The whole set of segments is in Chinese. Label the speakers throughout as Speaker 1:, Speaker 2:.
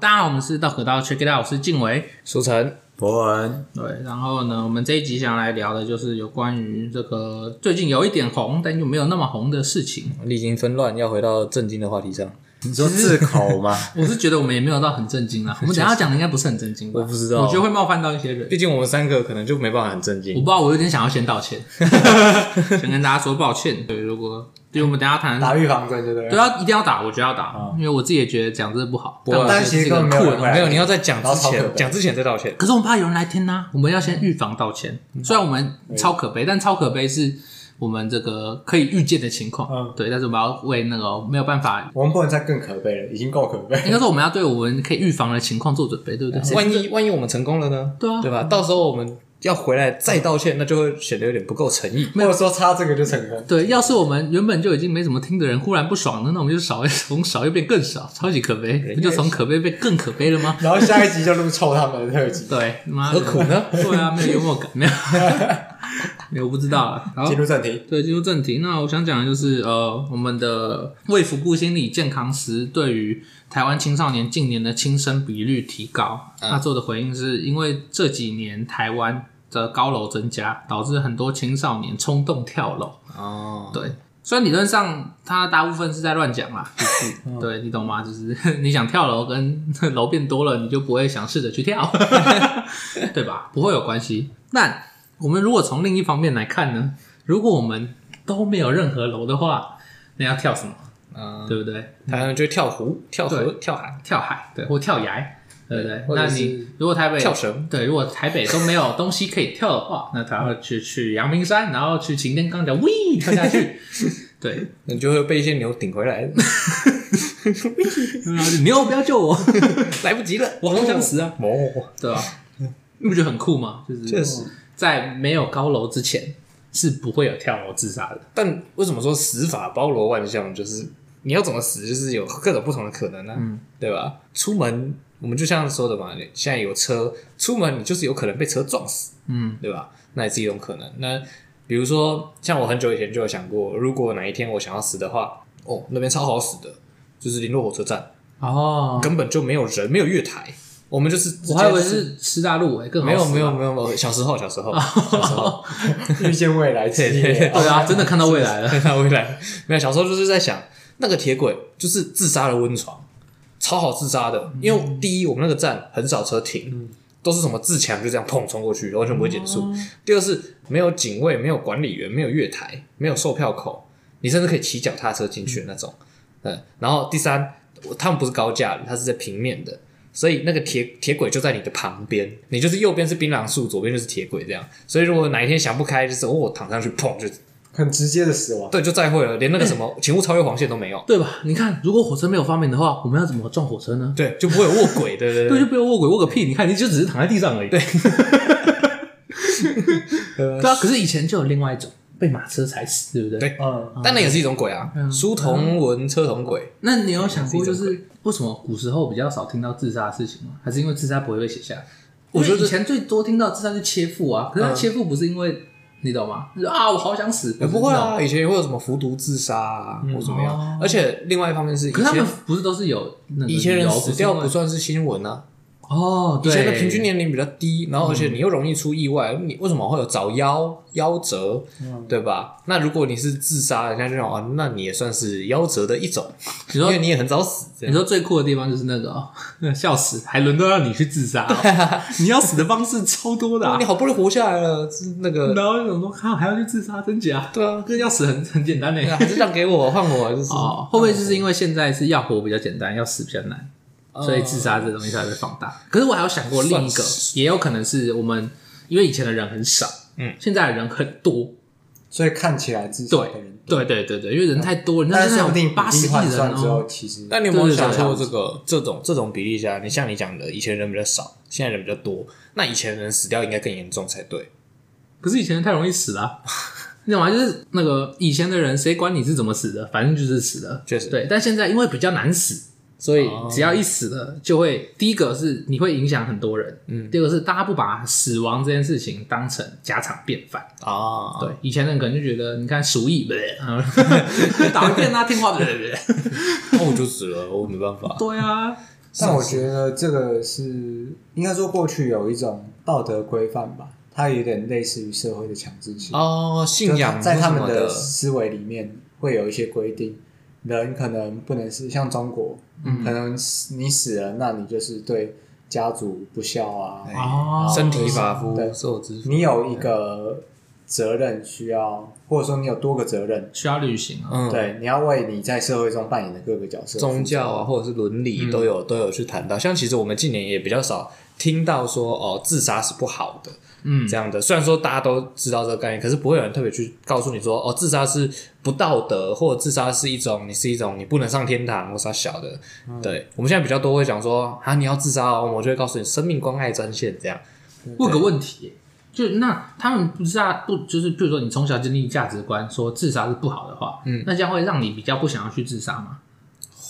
Speaker 1: 大家好，我们是道可道 Check It Out，我是静伟。
Speaker 2: 舒晨，
Speaker 3: 博文，
Speaker 1: 对，然后呢，我们这一集想要来聊的就是有关于这个最近有一点红，但又没有那么红的事 情。
Speaker 2: 历经纷乱，要回到正经的话题上。
Speaker 3: 你说自口吗？
Speaker 1: 我是觉得我们也没有到很震惊 啦，我们等一下讲的应该不是很震惊吧？
Speaker 2: 我不知道
Speaker 1: 我觉得会冒犯到一些人。
Speaker 2: 毕竟我们三个可能就没办法很正
Speaker 1: 我
Speaker 2: 经。
Speaker 1: 不知道，我有点想要先道 歉，先跟大家说抱歉。对，如果对我们等一下谈，
Speaker 3: 打预防针就对
Speaker 1: 对
Speaker 3: 了。哦
Speaker 1: 啊，一定要打，我觉得要打，因为我自己也觉得讲这不好。
Speaker 2: 不会啊
Speaker 1: 但
Speaker 3: 但
Speaker 1: 我觉得
Speaker 3: 其
Speaker 1: 是
Speaker 3: 实
Speaker 1: 一个
Speaker 3: 根本没
Speaker 1: 酷
Speaker 3: 有
Speaker 1: 的
Speaker 3: 人
Speaker 1: 东西
Speaker 3: 会来
Speaker 2: 没有，你要在讲之
Speaker 3: 然后超可
Speaker 2: 前，
Speaker 3: 悲
Speaker 2: 讲之前再道歉。
Speaker 1: 可是我们怕有人来听啊嗯呐、我们要先预防道歉。虽然我们超可悲，但超可悲是我们这个可以预见的情况。
Speaker 3: 嗯
Speaker 1: 对，但是我们要为那个没有办法，
Speaker 3: 我们不能再更可悲了，已经够可悲。
Speaker 1: 应该说我们要对我们可以预防的情况做准备，对不对？
Speaker 2: 万一万一我们成功了呢？
Speaker 1: 对啊
Speaker 2: 对吧？到时候我们要回来再道歉，那就会显得有点不够诚意。
Speaker 3: 或者说差这个就成功。
Speaker 1: 对，要是我们原本就已经没怎么听的人，忽然不爽了，那我们就少 从少又变更少，超级可悲，不就从可悲变更可悲了吗？
Speaker 3: 然后下一集就录臭他们的特辑，
Speaker 1: 对，妈
Speaker 2: 何
Speaker 1: 的，
Speaker 2: 苦 呢？
Speaker 1: 对啊，没有幽默感， 没有，没有，我不知道啊。好
Speaker 3: 进，入正题。
Speaker 1: 对，进入正题。那我想讲的就是，呃，我们的卫福部心理健康司对于台湾青少年近年的轻生比率提高，他做的回应是因为这几年台湾的高楼增加，导致很多青少年冲动跳楼。
Speaker 2: 哦，
Speaker 1: 对，虽然理论上他大部分是在乱讲啦， 就是、
Speaker 2: 嗯
Speaker 1: 对你懂吗？就是 你想跳楼跟 楼变多了，你就不会想试着去跳， 对吧？不会有关系。那我们如果从另一方面来看呢，如果我们都没有任何楼的话，那要跳什么？
Speaker 2: 嗯，
Speaker 1: 对不对？
Speaker 2: 台湾就会跳湖、跳河、
Speaker 1: 对
Speaker 2: 跳海、
Speaker 1: 跳海，对，或跳崖，对不对？
Speaker 2: 或
Speaker 1: 那
Speaker 2: 者是
Speaker 1: 你如果台北
Speaker 2: 跳绳。
Speaker 1: 对，如果台北都没有东西可以跳的话，那他会去去阳明山，然后去擎天岗，叫喂跳下去。 对，
Speaker 2: 你就会被一些牛顶回来，
Speaker 1: 牛不要救我，
Speaker 2: 来不及了，
Speaker 1: 我好想死啊！
Speaker 2: 哦，
Speaker 1: 对吧？你不觉得很酷吗？就是
Speaker 2: 确实，
Speaker 1: 在没有高楼之前是不会有跳楼自杀的。
Speaker 2: 但为什么说死法包罗万象？就是你要怎么死，就是有各种不同的可能呢、啊
Speaker 1: 嗯
Speaker 2: 对吧？出门我们就像说的嘛，你现在有车，出门你就是有可能被车撞死，
Speaker 1: 嗯
Speaker 2: 对吧？那也是一种可能。那比如说，像我很久以前就有想过，如果哪一天我想要死的话，哦，那边超好死的，就是林洛火车站，
Speaker 1: 哦，
Speaker 2: 根本就没有人，没有月台，我们就是直接
Speaker 1: 我还以为
Speaker 2: 就是
Speaker 1: 吃啊大陆诶，欸更好
Speaker 2: 没有
Speaker 1: 死吧
Speaker 2: 没有没有没有，小时候小 时候小时候，
Speaker 3: 遇见未来之
Speaker 2: 对对
Speaker 3: 夜，
Speaker 1: 对啊，真的看到未来了。
Speaker 2: 看到未来。没有，小时候就是在想那个铁轨就是自杀的温床，超好自杀的。因为
Speaker 1: 嗯
Speaker 2: 第一，我们那个站很少车停，都是什么自强就这样砰冲过去，完全不会减速。
Speaker 1: 哦
Speaker 2: 第二是没有警卫，没有管理员，没有月台，没有售票口，你甚至可以骑脚踏车进去的那种。嗯，然后第三，我他们不是高架的，它是在平面的。所以那个铁铁轨就在你的旁边，你就是右边是槟榔树，左边就是铁轨这样。所以如果哪一天想不开，就是哦，我躺上去砰就
Speaker 3: 很直接的死亡。
Speaker 2: 对，就再会了，连那个什么，请勿超越黄线都没有。
Speaker 1: 对吧？你看，如果火车没有发明的话，我们要怎么撞火车呢？
Speaker 2: 对，就不会有卧轨，对
Speaker 1: 对，
Speaker 2: 对 对
Speaker 1: 就不要卧轨，卧个屁！你看，你就只是躺在地上 而已。对，
Speaker 2: 对。
Speaker 1: 啊。可是以前就有另外一种被马车踩死，对不对？
Speaker 2: 对
Speaker 3: 嗯，
Speaker 2: 但那也是一种轨啊，书同文车同轨，
Speaker 1: 那你有想过，就是为什么古时候比较少听到自杀的事情吗？还是因为自杀不会被写下来？我觉得以前最多听到自杀是切腹
Speaker 2: 嗯
Speaker 1: 啊，可是他切腹不是因为你懂吗？就是啊，我好想死，
Speaker 2: 也不会
Speaker 1: 那种。
Speaker 2: 啊。以前也会有什么服毒自杀啊，或怎么
Speaker 1: 哦
Speaker 2: 样。而且另外一方面是，以
Speaker 1: 可是他们
Speaker 2: 前嗯
Speaker 1: 不是都是有那个
Speaker 2: 以前人
Speaker 1: 理由
Speaker 2: 死掉
Speaker 1: 不
Speaker 2: 不
Speaker 1: 是因为
Speaker 2: 算是新闻啊，
Speaker 1: 哦，
Speaker 2: 以
Speaker 1: 对，
Speaker 2: 前的平均年龄比较低，然后而且你又容易出意外，你为什么会有早夭夭折，对吧？那如果你是自杀，人家就讲啊，那你也算是夭折的一种，
Speaker 1: 你
Speaker 2: 因
Speaker 1: 说
Speaker 2: 为你也很早死。这
Speaker 1: 你
Speaker 2: 样
Speaker 1: 说最酷的地方就是那个哦 笑死，还轮得到你去自杀
Speaker 2: 啊
Speaker 1: 哦？ 你要死的方式超多的啊
Speaker 2: 哇你，好不容易活下来了，是那 个
Speaker 1: 然后就想说靠，还要去自杀，真假？
Speaker 2: 对啊，
Speaker 1: 这要死很很简单欸呢
Speaker 2: 对。啊还是让给我换我，就是
Speaker 1: 哦，会不会就是因为现在是要活比较简单，要死比较难？所以自杀这东西才会被放大。可是我还有想过另一个
Speaker 2: 算，是
Speaker 1: 也有可能是我们因为以前的人很少，
Speaker 2: 嗯，
Speaker 1: 现在的人很多，
Speaker 3: 所以看起来自杀
Speaker 1: 对
Speaker 3: 的人，，
Speaker 1: 对对对对，因为人太多了，你看
Speaker 3: 但
Speaker 1: 现
Speaker 3: 是
Speaker 1: 在
Speaker 3: 说不
Speaker 1: 有
Speaker 3: 定
Speaker 1: 八十亿
Speaker 3: 换
Speaker 1: 人
Speaker 3: 算之
Speaker 1: 哦、
Speaker 3: 后，其实
Speaker 2: 那你有没有
Speaker 1: 对对
Speaker 2: 想
Speaker 1: 对
Speaker 2: 过这个这种这种比例下，你像你讲的，以前人比较少，现在人比较多，那以前人死掉应该更严重才对。
Speaker 1: 可是以前人太容易死了、啊。你懂吗？就是那个以前的人，谁管你是怎么死的，反正就是死了。
Speaker 2: 确实
Speaker 1: 对。但现在因为比较难死，所以只要一死了，就会第一个是你会影响很多人，嗯。第二个是大家不把死亡这件事情当成家常便饭，
Speaker 2: 啊，
Speaker 1: 对，以前人可能就觉得，你看鼠 疫，不对，打一遍啊，天花，不对不对。
Speaker 2: 那我就死了，我没办法。
Speaker 1: 对啊，
Speaker 3: 但我觉得这个是应该说过去有一种道德规范吧，它有点类似于社会的强制性。
Speaker 2: 哦，信仰
Speaker 3: 就在他
Speaker 2: 或
Speaker 3: 们
Speaker 2: 什么的
Speaker 3: 的思维里面会有一些规定，人可能不能是像中国，
Speaker 2: 嗯
Speaker 3: 可能死你死了，那你就是对家族不孝啊，
Speaker 2: 哎
Speaker 1: 哦
Speaker 2: 身体发肤
Speaker 3: 对
Speaker 2: 受之父，
Speaker 3: 你有一个责任需要，或者说你有多个责任，
Speaker 1: 需要旅行啊。
Speaker 2: 嗯，
Speaker 3: 对，你要为你在社会中扮演的各个角色负责
Speaker 2: 宗教啊，或者是伦理都有、都有去谈到。像其实我们近年也比较少听到说哦，自杀是不好的
Speaker 1: 嗯
Speaker 2: 这样的。虽然说大家都知道这个概念，可是不会有人特别去告诉你说哦，自杀是不道德，或者自杀是一种你是一种你不能上天堂或啥小的。对我们现在比较多会讲说啊，你要自杀哦，我就会告诉你生命关爱专线这样。
Speaker 1: 问个问题，就那他们不知道不就是，比如说你从小建立价值观，说自杀是不好的话，嗯，那这样会让你比较不想要去自杀吗？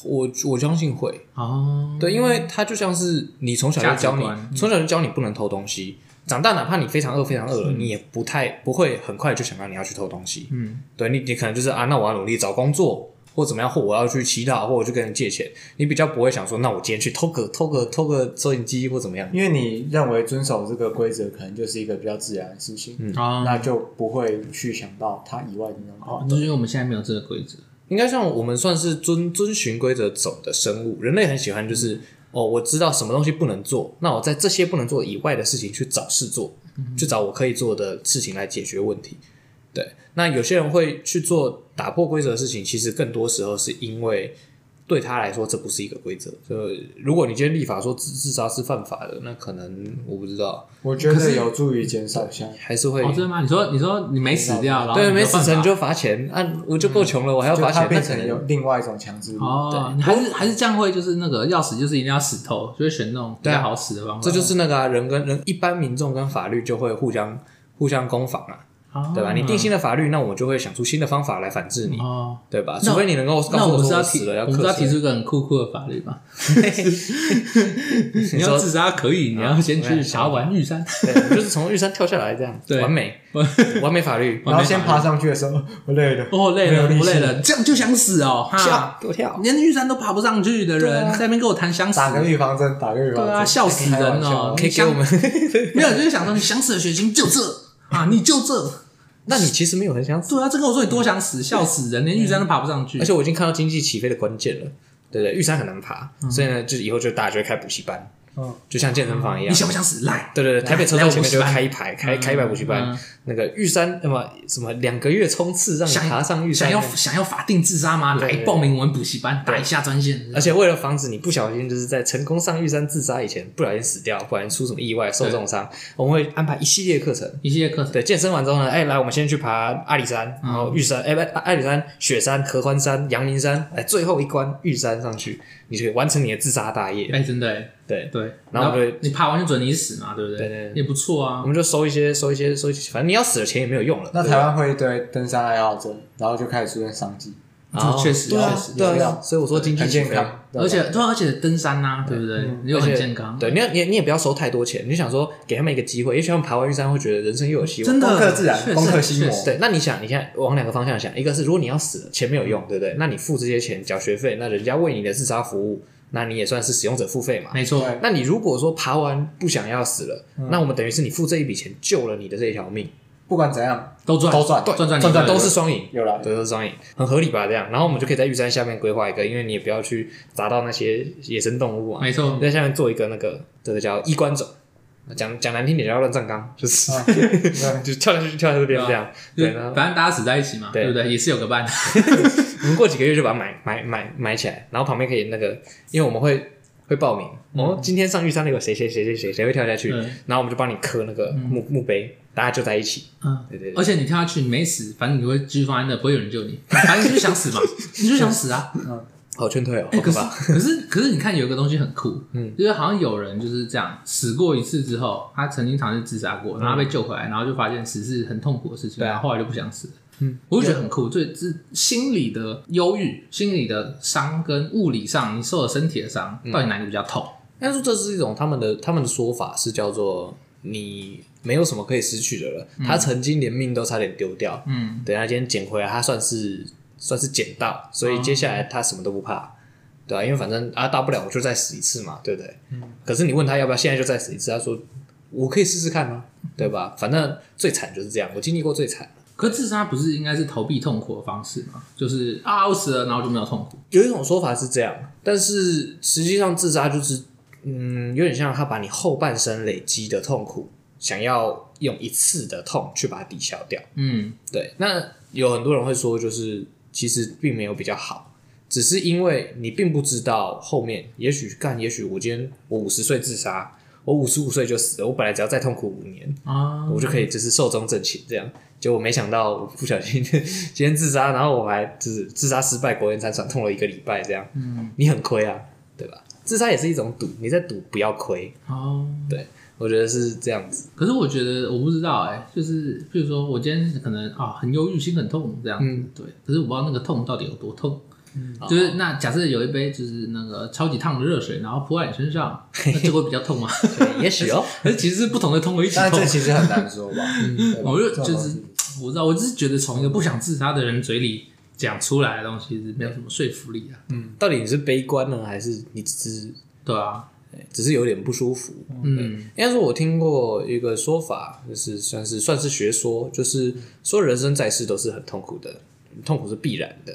Speaker 2: 我我相信会，
Speaker 1: 哦，
Speaker 2: 对，因为它就像是你从小
Speaker 1: 价
Speaker 2: 就
Speaker 1: 值
Speaker 2: 教你
Speaker 1: 观，嗯
Speaker 2: 从小就教你不能偷东西，长大哪怕你非常饿、非常饿了，你也不太不会很快就想到你要去偷东西。
Speaker 1: 嗯，
Speaker 2: 对你，你可能就是啊，那我要努力找工作，或怎么样，或我要去乞讨，或我去跟人借钱，你比较不会想说，那我今天去偷个偷个偷个收音机或怎么样。
Speaker 3: 因为你认为遵守这个规则可能就是一个比较自然的事情，
Speaker 2: 嗯
Speaker 1: 哦，
Speaker 3: 那就不会去想到它以外的那种道
Speaker 1: 哦
Speaker 3: 德。，
Speaker 1: 就是因为我们现在没有这个规则，
Speaker 2: 应该像我们算是遵遵循规则走的生物，人类很喜欢就是、哦，我知道什么东西不能做，那我在这些不能做以外的事情去找事做，去找我可以做的事情来解决问题。对，那有些人会去做打破规则的事情，其实更多时候是因为对他来说这不是一个规则。就如果你今天立法说自自杀是犯法的，那可能我不知道，
Speaker 3: 我觉
Speaker 1: 可
Speaker 3: 得
Speaker 1: 是
Speaker 3: 有助于减少像
Speaker 2: 还是会、
Speaker 1: 哦，真的吗？你说你说你没死掉，然后
Speaker 2: 对
Speaker 1: 你没
Speaker 2: 没
Speaker 1: 有
Speaker 2: 死
Speaker 1: 办法
Speaker 2: 成就罚钱，啊，我就够穷了，我还要
Speaker 3: 就
Speaker 2: 罚
Speaker 3: 它
Speaker 2: 钱，那
Speaker 3: 变
Speaker 2: 可
Speaker 3: 成
Speaker 2: 能
Speaker 3: 有另外一种强制力。
Speaker 1: 哦，
Speaker 2: 对
Speaker 1: 你还是还是这样会就是那个要死就是一定要死透，就会选那种比
Speaker 2: 对啊
Speaker 1: 较好死的方法，
Speaker 2: 这就是那个啊、人跟人，一般民众跟法律就会互相互相攻防啊，
Speaker 1: 哦
Speaker 2: 对吧？你定新的法律，那我就会想出新的方法来反制你，
Speaker 1: 哦。
Speaker 2: 对吧？
Speaker 1: 那
Speaker 2: 除非你能够告
Speaker 1: 那
Speaker 2: 诉
Speaker 1: 我们是
Speaker 2: 说
Speaker 1: 要
Speaker 2: 我
Speaker 1: 提
Speaker 2: 死了，要
Speaker 1: 我们是要
Speaker 2: 克
Speaker 1: 提
Speaker 2: 制。
Speaker 1: 出一个很酷酷的法律吗？你
Speaker 2: 说
Speaker 1: 要自杀可以，你要先
Speaker 2: 我
Speaker 1: 去
Speaker 2: 也想
Speaker 1: 爬完玉山，
Speaker 2: 对，就是从玉山跳下来这样，
Speaker 1: 对
Speaker 2: 完美，完美法律，
Speaker 3: 然后先爬上去的时候， 我累了，
Speaker 1: 哦，累了，
Speaker 3: 没有力气
Speaker 1: 不累了，这样就想死哦，
Speaker 2: 跳
Speaker 1: 哈，
Speaker 2: 给我跳，
Speaker 1: 连玉山都爬不上去的人，在那边给我谈想死，
Speaker 3: 打个预防针，打个预防针，啊
Speaker 1: 对啊笑死人哦了
Speaker 2: 可以给我们。
Speaker 1: 没有，就是想说你想死的决心就这啊，你就这，
Speaker 2: 那你其实没有很想死，
Speaker 1: 对啊，这跟我说你多想死，笑死人，连玉山都爬不上去
Speaker 2: 而，且我已经看到经济起飞的关键了，对不对？玉山很难爬，
Speaker 1: 嗯
Speaker 2: 所以呢，就是以后就大家就会开补习班，
Speaker 3: 嗯，
Speaker 2: 就像健身房一样
Speaker 1: 你，想不想死？来，
Speaker 2: 对对对，台北车
Speaker 1: 来
Speaker 2: 站
Speaker 1: 我
Speaker 2: 前面
Speaker 1: 补习
Speaker 2: 就会
Speaker 1: 班
Speaker 2: 开一排，开开一排补习班
Speaker 1: 嗯。
Speaker 2: 那个玉山，那么什么两个月冲刺让你
Speaker 1: 想
Speaker 2: 爬上玉山
Speaker 1: 想，要想要法定自杀吗？
Speaker 2: 对
Speaker 1: 来
Speaker 2: 对
Speaker 1: 报名我们补习班，打一下专线，
Speaker 2: 而且为了防止你不小心就是在成功上玉山自杀以前不小心死掉，不然出什么意外受重伤，我们会安排一系列课程。
Speaker 1: 一系列课程，
Speaker 2: 对，健身完之后呢，哎，来，我们先去爬阿里山，然后玉山，哎，不，阿里山、雪山、合欢山、阳明山，哎，最后一关玉山上去，你就可以完成你的自杀大业。
Speaker 1: 哎，真的哎。
Speaker 2: 对，
Speaker 1: 对，
Speaker 2: 然后对
Speaker 1: 你爬完就准你死嘛，对不对？
Speaker 2: 对对对嗯
Speaker 1: 也不错啊
Speaker 2: 我。们就收一些，收一些，收一些，反正你要死了钱也没有用了。
Speaker 3: 那台湾会一堆登山爱好者，然后就开始出现商机，
Speaker 2: 啊，
Speaker 1: 嗯确实
Speaker 2: 对啊
Speaker 1: 确
Speaker 3: 实，
Speaker 2: 对啊
Speaker 3: 有
Speaker 2: 对
Speaker 3: 料
Speaker 2: 啊，所以我说经济
Speaker 3: 很健
Speaker 2: 起飞
Speaker 3: 康，对吧
Speaker 1: 而且对啊，而且登山呐、对不对？又
Speaker 2: 而且
Speaker 1: 很健康，
Speaker 2: 嗯对，你要你你也不要收太多钱，你就想说给他们一个机会，也许他们爬完玉山会觉得人生又有希望。
Speaker 1: 真的
Speaker 3: 攻克自
Speaker 1: 确实
Speaker 3: 然，攻克心
Speaker 1: 确
Speaker 3: 魔，
Speaker 1: 实
Speaker 2: 对，那你想，你现在往两个方向想，一个是如果你要死了，钱没有用，对不对？那你付这些钱缴学费，那人家为你的自杀服务，那你也算是使用者付费嘛。
Speaker 1: 没嗯错，
Speaker 3: 对
Speaker 2: 那你如果说爬完不想要死了，那我们等于是你付这一笔钱救了你的这一条命，
Speaker 3: 不管怎样
Speaker 1: 都赚
Speaker 3: 都赚
Speaker 1: 赚赚
Speaker 3: 赚
Speaker 1: 赚
Speaker 3: 赚
Speaker 2: 都是双赢。
Speaker 3: 有了。
Speaker 2: 对，都是双赢，很合理吧？这样，然后我们就可以在玉山下面规划一个，因为你也不要去砸到那些野生动物啊，
Speaker 1: 没错
Speaker 2: 你。在下面做一个那个这个叫衣冠冢，讲讲难听点叫乱葬岗，就是、
Speaker 3: 啊对
Speaker 2: 就跳下去跳下去变这样，
Speaker 1: 就
Speaker 2: 对，然后
Speaker 1: 反正大家死在一起嘛，
Speaker 2: 对
Speaker 1: 对不对？也是有个伴，
Speaker 2: 我们过几个月就把它买买买买起来，然后旁边可以那个，因为我们会会报名，哦，今天上玉山那个谁谁谁谁谁谁会跳下去，
Speaker 1: 嗯对
Speaker 2: 然后我们就帮你刻那个墓、墓碑，大家就在一起，
Speaker 1: 嗯。
Speaker 2: 对对对
Speaker 1: 而且你跳下去，你没死，反正你会继续放在那，不会有人救你。反正你就想死 嘛，你就想死啊。
Speaker 2: 好劝退哦，
Speaker 1: 哎
Speaker 2: 好
Speaker 1: 可
Speaker 2: 可
Speaker 1: 是
Speaker 2: 怕，
Speaker 1: 可是可是，你看有一个东西很酷，
Speaker 2: 嗯，
Speaker 1: 就是好像有人就是这样死过一次之后，他曾经尝试自杀过，然后他被救回来，然后就发现死是很痛苦的事情，
Speaker 2: 嗯对啊
Speaker 1: 然后后来就不想死了。
Speaker 2: 嗯，
Speaker 1: 我就觉得很酷，这是心理的忧郁、心理的伤跟物理上你受了身体的伤，
Speaker 2: 嗯
Speaker 1: 到底哪个比较痛？
Speaker 2: 但是这是一种他们的他们的说法是叫做你没有什么可以失去的了，他曾经连命都差点丢掉，
Speaker 1: 嗯，
Speaker 2: 等他今天捡回来，他算是算是捡到，所以接下来他什么都不怕。对啊，因为反正啊，大不了我就再死一次嘛，对不对？可是你问他要不要现在就再死一次，他说我可以试试看啊，对吧？反正最惨就是这样，我经历过最惨。
Speaker 1: 可自杀不是应该是逃避痛苦的方式吗？就是啊，我死了，然后就没有痛苦。
Speaker 2: 有一种说法是这样，但是实际上自杀就是，嗯，有点像他把你后半生累积的痛苦，想要用一次的痛去把它抵消掉。
Speaker 1: 嗯，
Speaker 2: 对，那有很多人会说，就是其实并没有比较好，只是因为你并不知道后面，也许干，也许我今天我五十岁自杀，我五十五岁就死了，我本来只要再痛苦五年，
Speaker 1: 啊，
Speaker 2: 我就可以就是寿终正寝这样。结果没想到我不小心 今天自杀，然后我还就是自杀失败，苟延残喘，痛了一个礼拜这样。
Speaker 1: 嗯，
Speaker 2: 你很亏啊，对吧？自杀也是一种赌，你在赌不要亏，
Speaker 1: 哦，
Speaker 2: 我觉得是这样子。
Speaker 1: 可是我觉得我不知道哎、就是譬如说我今天可能啊很忧郁，心很痛这样子，
Speaker 2: 嗯
Speaker 1: 对。可是我不知道那个痛到底有多痛。就是那假设有一杯就是那个超级烫的热水，然后泼在你身上，那就会比较痛啊。
Speaker 2: 对也许哦，
Speaker 1: 可是其实是不同的痛会一起
Speaker 3: 但
Speaker 1: 痛
Speaker 3: 这。其实很难说吧？对
Speaker 1: 嗯
Speaker 3: 吧
Speaker 1: 我就
Speaker 3: 这种
Speaker 1: 就
Speaker 3: 东
Speaker 1: 是
Speaker 3: 西
Speaker 1: 我不知道，我只是觉得从一个不想自杀的人嘴里讲出来的东西是没有什么说服力啊。
Speaker 2: 到底你是悲观呢，还是你只是
Speaker 1: 对啊，
Speaker 2: 只是有点不舒服？
Speaker 1: 嗯
Speaker 2: 应该说，我听过一个说法，就是算是算是学说，就是说人生在世都是很痛苦的，痛苦是必然的。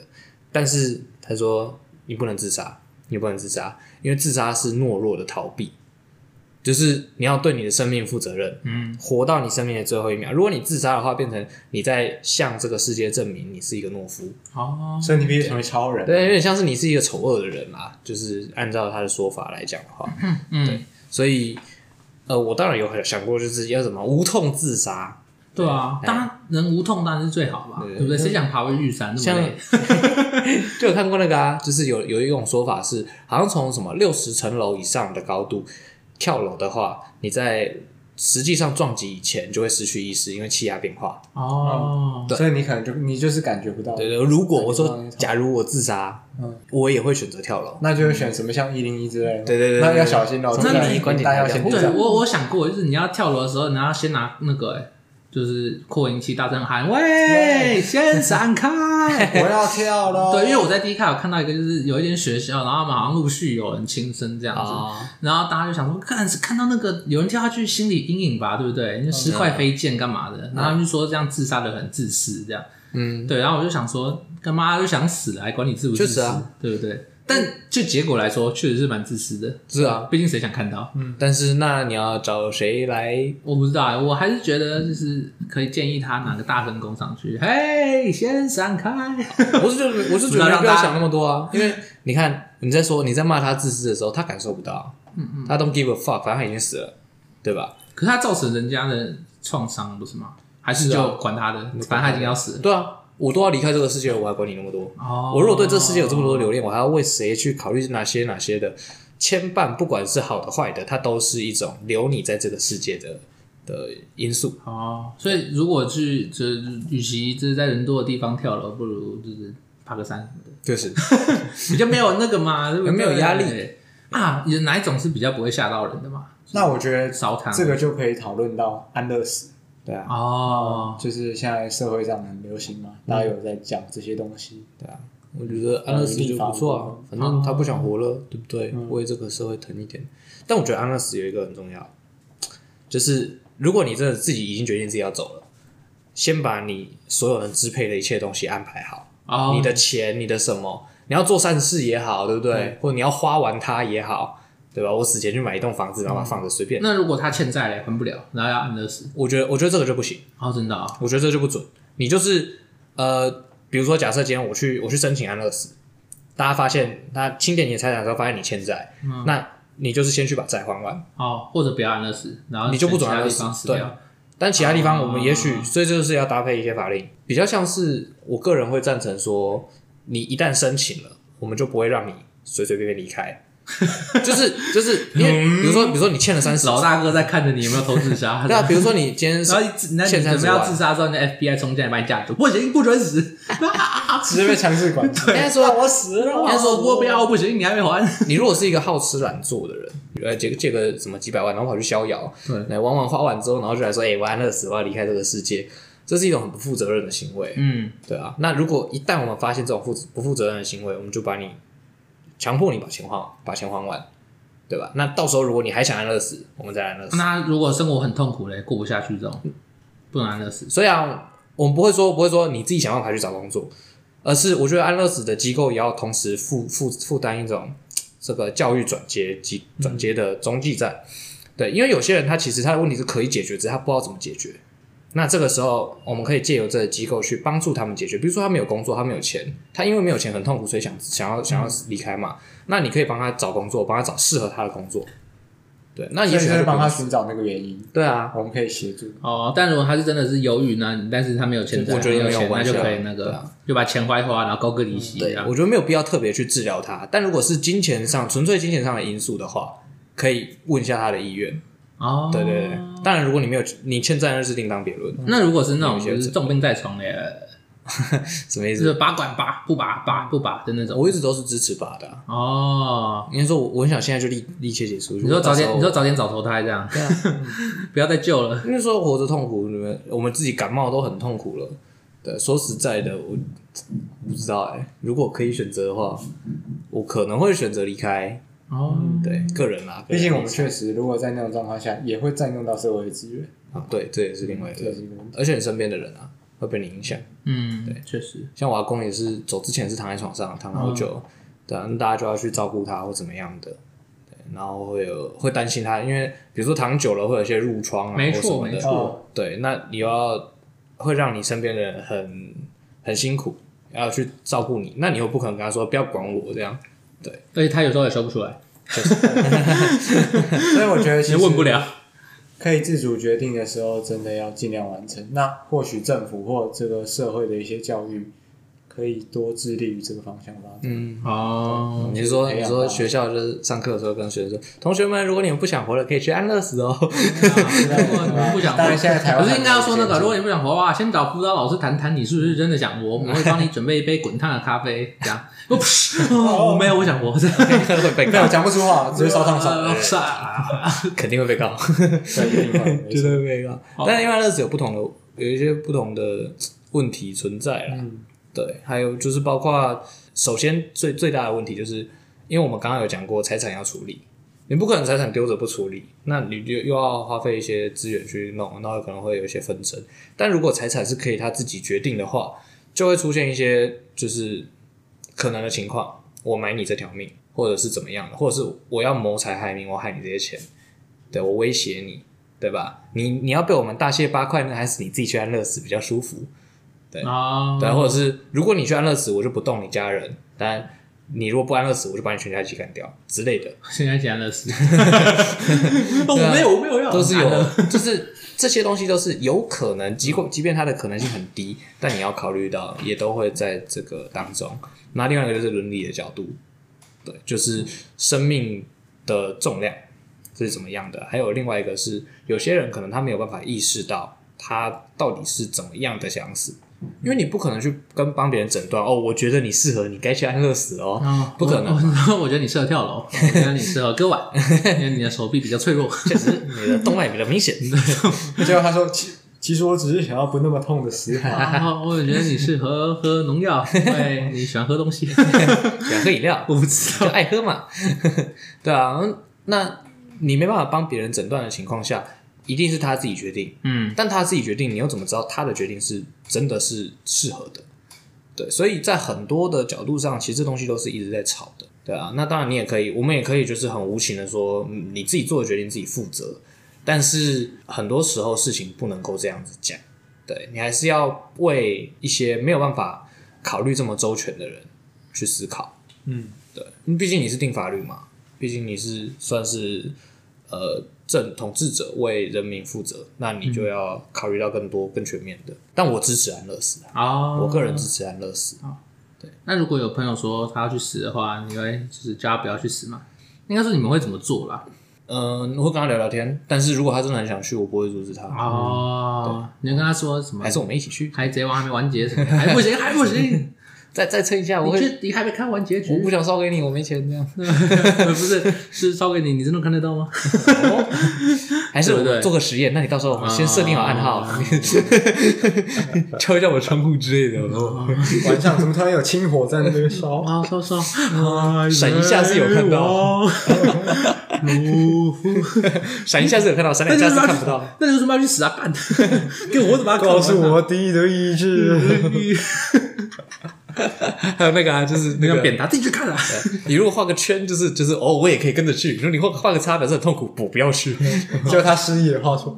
Speaker 2: 但是他说，你不能自杀，你不能自杀，因为自杀是懦弱的逃避，就是你要对你的生命负责任，
Speaker 1: 嗯
Speaker 2: 活到你生命的最后一秒。如果你自杀的话，变成你在向这个世界证明你是一个懦夫，
Speaker 1: 哦，
Speaker 3: 所以你必须成为超人。
Speaker 2: 对，有点像是你是一个丑恶的人啦。就是按照他的说法来讲的话，
Speaker 1: 嗯，
Speaker 2: 所以，呃，我当然有想过，就是要怎么无痛自杀，
Speaker 1: 对啊，
Speaker 2: 哎
Speaker 1: 当然能无痛当然是最好嘛，
Speaker 2: 对
Speaker 1: 对不对？谁想爬回玉山那么
Speaker 2: 像
Speaker 1: 累？
Speaker 2: 就有看过那个啊，就是有有一种说法是，好像从什么六十层楼以上的高度跳楼的话，你在实际上撞击以前就会失去意识，因为气压变化。
Speaker 1: 哦，
Speaker 3: 所以你可能就你就是感觉不到，
Speaker 2: 对对，如果我
Speaker 3: 那你
Speaker 2: 说
Speaker 3: 撞一，撞
Speaker 2: 假如我自杀，
Speaker 3: 嗯，
Speaker 2: 我也会选择跳楼。
Speaker 3: 那就会选什么像一零一之类的。
Speaker 2: 对对对对
Speaker 3: 那要小心哦。
Speaker 2: 从
Speaker 3: 这个
Speaker 2: 那第一观点
Speaker 3: 大家
Speaker 2: 来
Speaker 3: 要
Speaker 2: 讲
Speaker 3: 先
Speaker 2: 对
Speaker 1: 对我我想过，就是你要跳楼的时候，你要先拿那个、欸，就是扩音器大声喊“喂，先闪开”。
Speaker 3: 我要跳喽。
Speaker 1: 对，因为我在第一看有看到一个，就是有一间学校，然后他们好像陆续有人轻生这样子，
Speaker 2: 啊，
Speaker 1: 然后大家就想说，看是看到那个有人跳下去，心理阴影吧，对不对？因为尸块飞溅干嘛的？然后他们就说这样自杀的很自私，这样。
Speaker 2: 嗯，
Speaker 1: 对，然后我就想说，干嘛就想死了，还管你自不自
Speaker 2: 确
Speaker 1: 私，
Speaker 2: 实啊
Speaker 1: 对不对？但就结果来说，确实是蛮自私的。
Speaker 2: 是啊，
Speaker 1: 毕竟谁想看到？
Speaker 2: 但是那你要找谁来？
Speaker 1: 我不知道欸，我还是觉得就是可以建议他拿个大声攻上去，嘿，先闪开。
Speaker 2: 我是觉得，我是觉
Speaker 1: 那
Speaker 2: 得
Speaker 1: 让
Speaker 2: 你不
Speaker 1: 大
Speaker 2: 要
Speaker 1: 家
Speaker 2: 想那么多 啊，因为你看你在说你在骂他自私的时候，他感受不到，嗯嗯，他 don't give a fuck，反正他已经死了，对吧？
Speaker 1: 可是他造成人家的创伤，不是吗？还是
Speaker 2: 是啊
Speaker 1: 就管他的，反正他已经要死了。
Speaker 2: 对啊，我都要离开这个世界了，我还管你那么多？
Speaker 1: 哦
Speaker 2: 我如果对这世界有这么多留恋，我还要为谁去考虑哪些哪些的牵绊？不管是好的坏的，它都是一种留你在这个世界的的因素。
Speaker 1: 哦，所以如果去，就是与其就是在人多的地方跳楼，不如就是爬个山什么的，
Speaker 2: 就是
Speaker 1: 比较没有那个 嘛，对不对
Speaker 2: 没有压力
Speaker 1: 对啊。有哪一种是比较不会吓到人的嘛？
Speaker 3: 那我觉得
Speaker 1: 烧炭
Speaker 3: 这个就可以讨论到安乐死，
Speaker 2: 对啊，
Speaker 1: 哦，
Speaker 3: 就是现在社会上很流行嘛，大家有在讲这些东西。
Speaker 2: 对啊，我觉得安乐死就不错啊，反正他不想活了，对不对？为这个社会腾一点。但我觉得安乐死有一个很重要，就是如果你真的自己已经决定自己要走了，先把你所有能支配的一切东西安排好。
Speaker 1: 哦，
Speaker 2: 你的钱，你的什么，你要做善事也好，对不对？或者你要花完它也好，对吧？我死前去买一栋房子，然后把它放着，随便。
Speaker 1: 那如果他欠债嘞，还不了，然后要安乐死，
Speaker 2: 我觉得，我觉得这个就不行，
Speaker 1: 哦，真的啊，
Speaker 2: 我觉得这就不准。你就是呃，比如说，假设今天我去我去申请安乐死，大家发现他清点你的财产的时候，发现你欠债，
Speaker 1: 嗯
Speaker 2: 那你就是先去把债还完。
Speaker 1: 哦，或者不要安乐死，然后
Speaker 2: 你就不
Speaker 1: 选其
Speaker 2: 准安
Speaker 1: 他
Speaker 2: 乐
Speaker 1: 地
Speaker 2: 死
Speaker 1: 方死掉，
Speaker 2: 但其他地方我们也
Speaker 1: 啊
Speaker 2: 许，所以这就是要搭配一些法令，比较像是我个人会赞成说，你一旦申请了，我们就不会让你随随便便 离开，就是就是因为比如说比如说你欠了三十，
Speaker 1: 嗯老大哥在看着你有没有偷自 杀，
Speaker 2: 对啊，比如说你今天
Speaker 1: 然后你自那你
Speaker 2: 欠
Speaker 1: 准备
Speaker 2: 三十
Speaker 1: 要
Speaker 2: 万
Speaker 1: 自，杀 的时候，那 FBI 冲进来把你架住，不行，不准死，
Speaker 3: 直接被强制管制。
Speaker 2: 应该说
Speaker 3: 我死了，
Speaker 1: 他说
Speaker 3: 我
Speaker 1: 不要，不行，你还没还。
Speaker 2: 你如果是一个好吃懒做的人，呃，借借个什么几百万，然后跑去逍遥，
Speaker 1: 对
Speaker 2: 来玩完花完之后，然后就来说，哎、我安乐死，我要离开这个世界，这是一种很不负责任的行为。
Speaker 1: 嗯，
Speaker 2: 对啊，那如果一旦我们发现这种负不负责任的行为，我们就把你强迫你把钱还把钱还完，对吧？那到时候如果你还想安乐死，我们再来安乐死。
Speaker 1: 那如果生活很痛苦嘞，过不下去这种，不能安乐死。
Speaker 2: 所以啊，我们不会说不会说你自己想办法去找工作，而是我觉得安乐死的机构也要同时负负负担一种这个教育转接及转接的中继站。对，因为有些人他其实他的问题是可以解决，只是他不知道怎么解决。那这个时候，我们可以借由这个机构去帮助他们解决。比如说，他没有工作，他没有钱，他因为没有钱很痛苦，所以想想要想要
Speaker 3: 嗯
Speaker 2: 离开嘛。那你可以帮他找工作，帮他找适合他的工作。对，那也
Speaker 3: 也
Speaker 2: 许
Speaker 3: 许
Speaker 2: 他
Speaker 3: 会
Speaker 2: 就
Speaker 3: 帮
Speaker 2: 不
Speaker 3: 他
Speaker 2: 会
Speaker 3: 寻找那个原因，
Speaker 2: 对啊，
Speaker 3: 我们可以协助。
Speaker 1: 哦，但如果他是真的是忧郁呢，但是他没有钱赚，
Speaker 2: 我觉得
Speaker 1: 没有
Speaker 2: 没有
Speaker 1: 钱，那
Speaker 2: 关系
Speaker 1: 就
Speaker 2: 啊
Speaker 1: 可以那
Speaker 2: 对
Speaker 1: 个
Speaker 2: 啊
Speaker 1: 就把钱花一花，然后高歌离席这
Speaker 2: 对
Speaker 1: 样，。
Speaker 2: 我觉得没有必要特别去治疗他。但如果是金钱上纯粹金钱上的因素的话，可以问一下他的意愿。
Speaker 1: 哦，嗯
Speaker 2: 对对对，当然如果你没有你欠债，那是另当别论。
Speaker 1: 那如果是那种
Speaker 2: 有些
Speaker 1: 就是重病在床嘞，
Speaker 2: 什么意
Speaker 1: 就
Speaker 2: 思？
Speaker 1: 是拔管拔不拔拔不拔的那种。
Speaker 2: 我一直都是支持拔的啊、
Speaker 1: 哦，
Speaker 2: 应该说我，我很想现在就立立切结束。
Speaker 1: 你说早
Speaker 2: 如
Speaker 1: 点，你
Speaker 2: 果到
Speaker 1: 说
Speaker 2: 时
Speaker 1: 早点早投胎这样，
Speaker 2: 候对啊，
Speaker 1: 不要再救了。
Speaker 2: 那时候活着痛苦，你们我们自己感冒都很痛苦了。对，说实在的，我我不知道哎、如果可以选择的话，我可能会选择离开。
Speaker 1: 哦，
Speaker 2: 对，个人啦，
Speaker 3: 毕竟我们
Speaker 2: 确
Speaker 3: 确实，如果在那种状况下，也会占用到社会资源，
Speaker 2: 啊，对，这也是另外一
Speaker 3: 这
Speaker 2: 个
Speaker 3: 是一个问题。
Speaker 2: 而且你身边的人啊会被你影响。
Speaker 1: 嗯，确实，
Speaker 2: 像我阿公也是走之前是躺在床上躺
Speaker 1: 嗯
Speaker 2: 好久，对啊，那大家就要去照顾他或怎么样的，对，然后会有会担心他，因为比如说躺久了会有一些褥疮啊
Speaker 1: 没
Speaker 2: 或什
Speaker 1: 错
Speaker 2: 么
Speaker 1: 没
Speaker 2: 的，
Speaker 1: 错。
Speaker 3: 哦
Speaker 2: 对，那你又要会让你身边的人很很辛苦，要去照顾你，那你又不可能跟他说不要管我这样，
Speaker 1: 而且他有时候也说不出来，
Speaker 3: 所以我觉得其
Speaker 1: 也
Speaker 3: 实
Speaker 1: 问不了。
Speaker 3: 可以自主决定的时候，真的要尽量完成。那或许政府或这个社会的一些教育，可以多致力于这个方向发展。
Speaker 2: 嗯。
Speaker 1: 哦，
Speaker 2: 你是说，
Speaker 3: 培
Speaker 2: 你
Speaker 3: 养
Speaker 2: 说
Speaker 3: 他
Speaker 2: 学校就是上课的时候跟学生说，同学们，如果你们不想活了，可以去安乐 死哦。
Speaker 1: 如果你啊不想活，
Speaker 3: 当然现在台湾
Speaker 1: 可是应该要说那个，
Speaker 3: 很多
Speaker 1: 如果你不想活的话，先找辅导老师谈谈，你是不是真的想活？我们会帮你准备一杯滚烫的咖啡，这样。不，哦我没有，我想活。这样
Speaker 2: 会被
Speaker 3: 没有
Speaker 2: 告，
Speaker 3: 哦讲不出话，直接 烧 烫手。
Speaker 1: 呃是啊
Speaker 2: 肯定会被告。
Speaker 3: 对，一定会
Speaker 2: 绝
Speaker 3: 没错
Speaker 2: 对被告。但因为乐死有不同的，有一些不同的问题存在啦。
Speaker 3: 嗯
Speaker 2: 对，还有就是包括，首先最最大的问题就是，因为我们刚刚有讲过，财产要处理，你不可能财产丢着不处理，那你就又要花费一些资源去弄，那可能会有一些纷争。但如果财产是可以他自己决定的话，就会出现一些就是可能的情况，我买你这条命，或者是怎么样的，或者是我要谋财害命，我害你这些钱，对我威胁你，对吧？你你要被我们大卸八块呢，还是你自己去安乐死比较舒服？
Speaker 1: 啊，
Speaker 2: 对，或者是如果你去安乐死，我就不动你家人；但你如果不安乐死，我就把你全家一起干掉之类的，
Speaker 1: 现在讲的是， 哦我没有，我没有要，
Speaker 2: 都是
Speaker 1: 很难哦
Speaker 2: 有
Speaker 1: 的，
Speaker 2: 就是这些东西都是有可能，即即便它的可能性很低，但你要考虑到，也都会在这个当中。那另外一个就是伦理的角度，对，就是生命的重量是怎么样的，还有另外一个是，有些人可能他没有办法意识到他到底是怎么样的想死。因为你不可能去跟帮别人诊断哦，我觉得你适合，你该去安乐死哦，
Speaker 1: 哦
Speaker 2: 不可能。
Speaker 1: 我。我 我觉得你适合跳 楼，我觉得你适合割腕，因为你的手臂比较脆弱。
Speaker 2: 确实你的动脉比较明显。
Speaker 3: 结果他说，其其实我只是想要不那么痛的死法。
Speaker 1: 然后我也觉得你适合 喝农药，因为你喜欢喝东西。
Speaker 2: 想喝饮 料，
Speaker 1: 我不知
Speaker 2: 就爱喝嘛。 对啊，那你没办法帮别人诊断的情况下，一定是他自己决定。
Speaker 1: 嗯，
Speaker 2: 但他自己决定，你又怎么知道他的决定是真的是适合的？对，所以在很多的角度上，其实这东西都是一直在吵的，对啊。那当然，你也可以，我们也可以就是很无情的说，嗯你自己做的决定自己负责。但是很多时候事情不能够这样子讲，对你还是要为一些没有办法考虑这么周全的人去思考。
Speaker 3: 嗯，
Speaker 2: 对，毕竟你是定法律嘛，毕竟你是算是呃政统治者为人民负责，那你就要考虑到更多更全面的。但我支持安乐死啊，
Speaker 1: 哦，
Speaker 2: 我个人支持安乐死。啊
Speaker 1: 那如果有朋友说他要去死的话，你会就是叫他不要去死吗？应该说你们会怎么做啦？
Speaker 2: 嗯，我会跟他聊聊天，但是如果他真的很想去，我不会阻止他，
Speaker 1: 哦，你就跟他说什么
Speaker 2: 嗯还？是我们一起去。
Speaker 1: 海贼王还没完结什么的？还不行，还不行。
Speaker 2: 再再蹭一下，我
Speaker 1: 你
Speaker 2: 会
Speaker 1: 这你还没看完结局
Speaker 2: 我不想烧给你，我没钱这样。
Speaker 1: 不是是烧给你，你真的看得到吗？
Speaker 2: 还是我
Speaker 1: 对不对
Speaker 2: 们做个实验？那你到时候我先设定好暗号
Speaker 1: 啊，
Speaker 2: 敲一下我窗户之类的，
Speaker 3: 晚上怎么突然有清火在那边烧？
Speaker 1: 啊，烧 烧，
Speaker 2: 闪一下是 有看到
Speaker 1: 哦。
Speaker 2: 闪一下是有看到，闪
Speaker 1: 那
Speaker 2: 两
Speaker 1: 你
Speaker 2: 下
Speaker 1: 为什么要
Speaker 2: 是看
Speaker 1: 去
Speaker 2: 不 到。，
Speaker 1: 那你为什么要去死啊？干， 给我怎么
Speaker 3: 告诉
Speaker 1: 啊
Speaker 3: 我第一的 意志。
Speaker 2: 还有那个啊，就是
Speaker 1: 你
Speaker 2: 那
Speaker 1: 要
Speaker 2: 个
Speaker 1: 扁他，自己去看啊！
Speaker 2: 你如果画个圈，就是就是哦，我也可以跟着去。如果你画画个叉，表示很痛苦，我不要去，
Speaker 3: 就他失忆的话 说，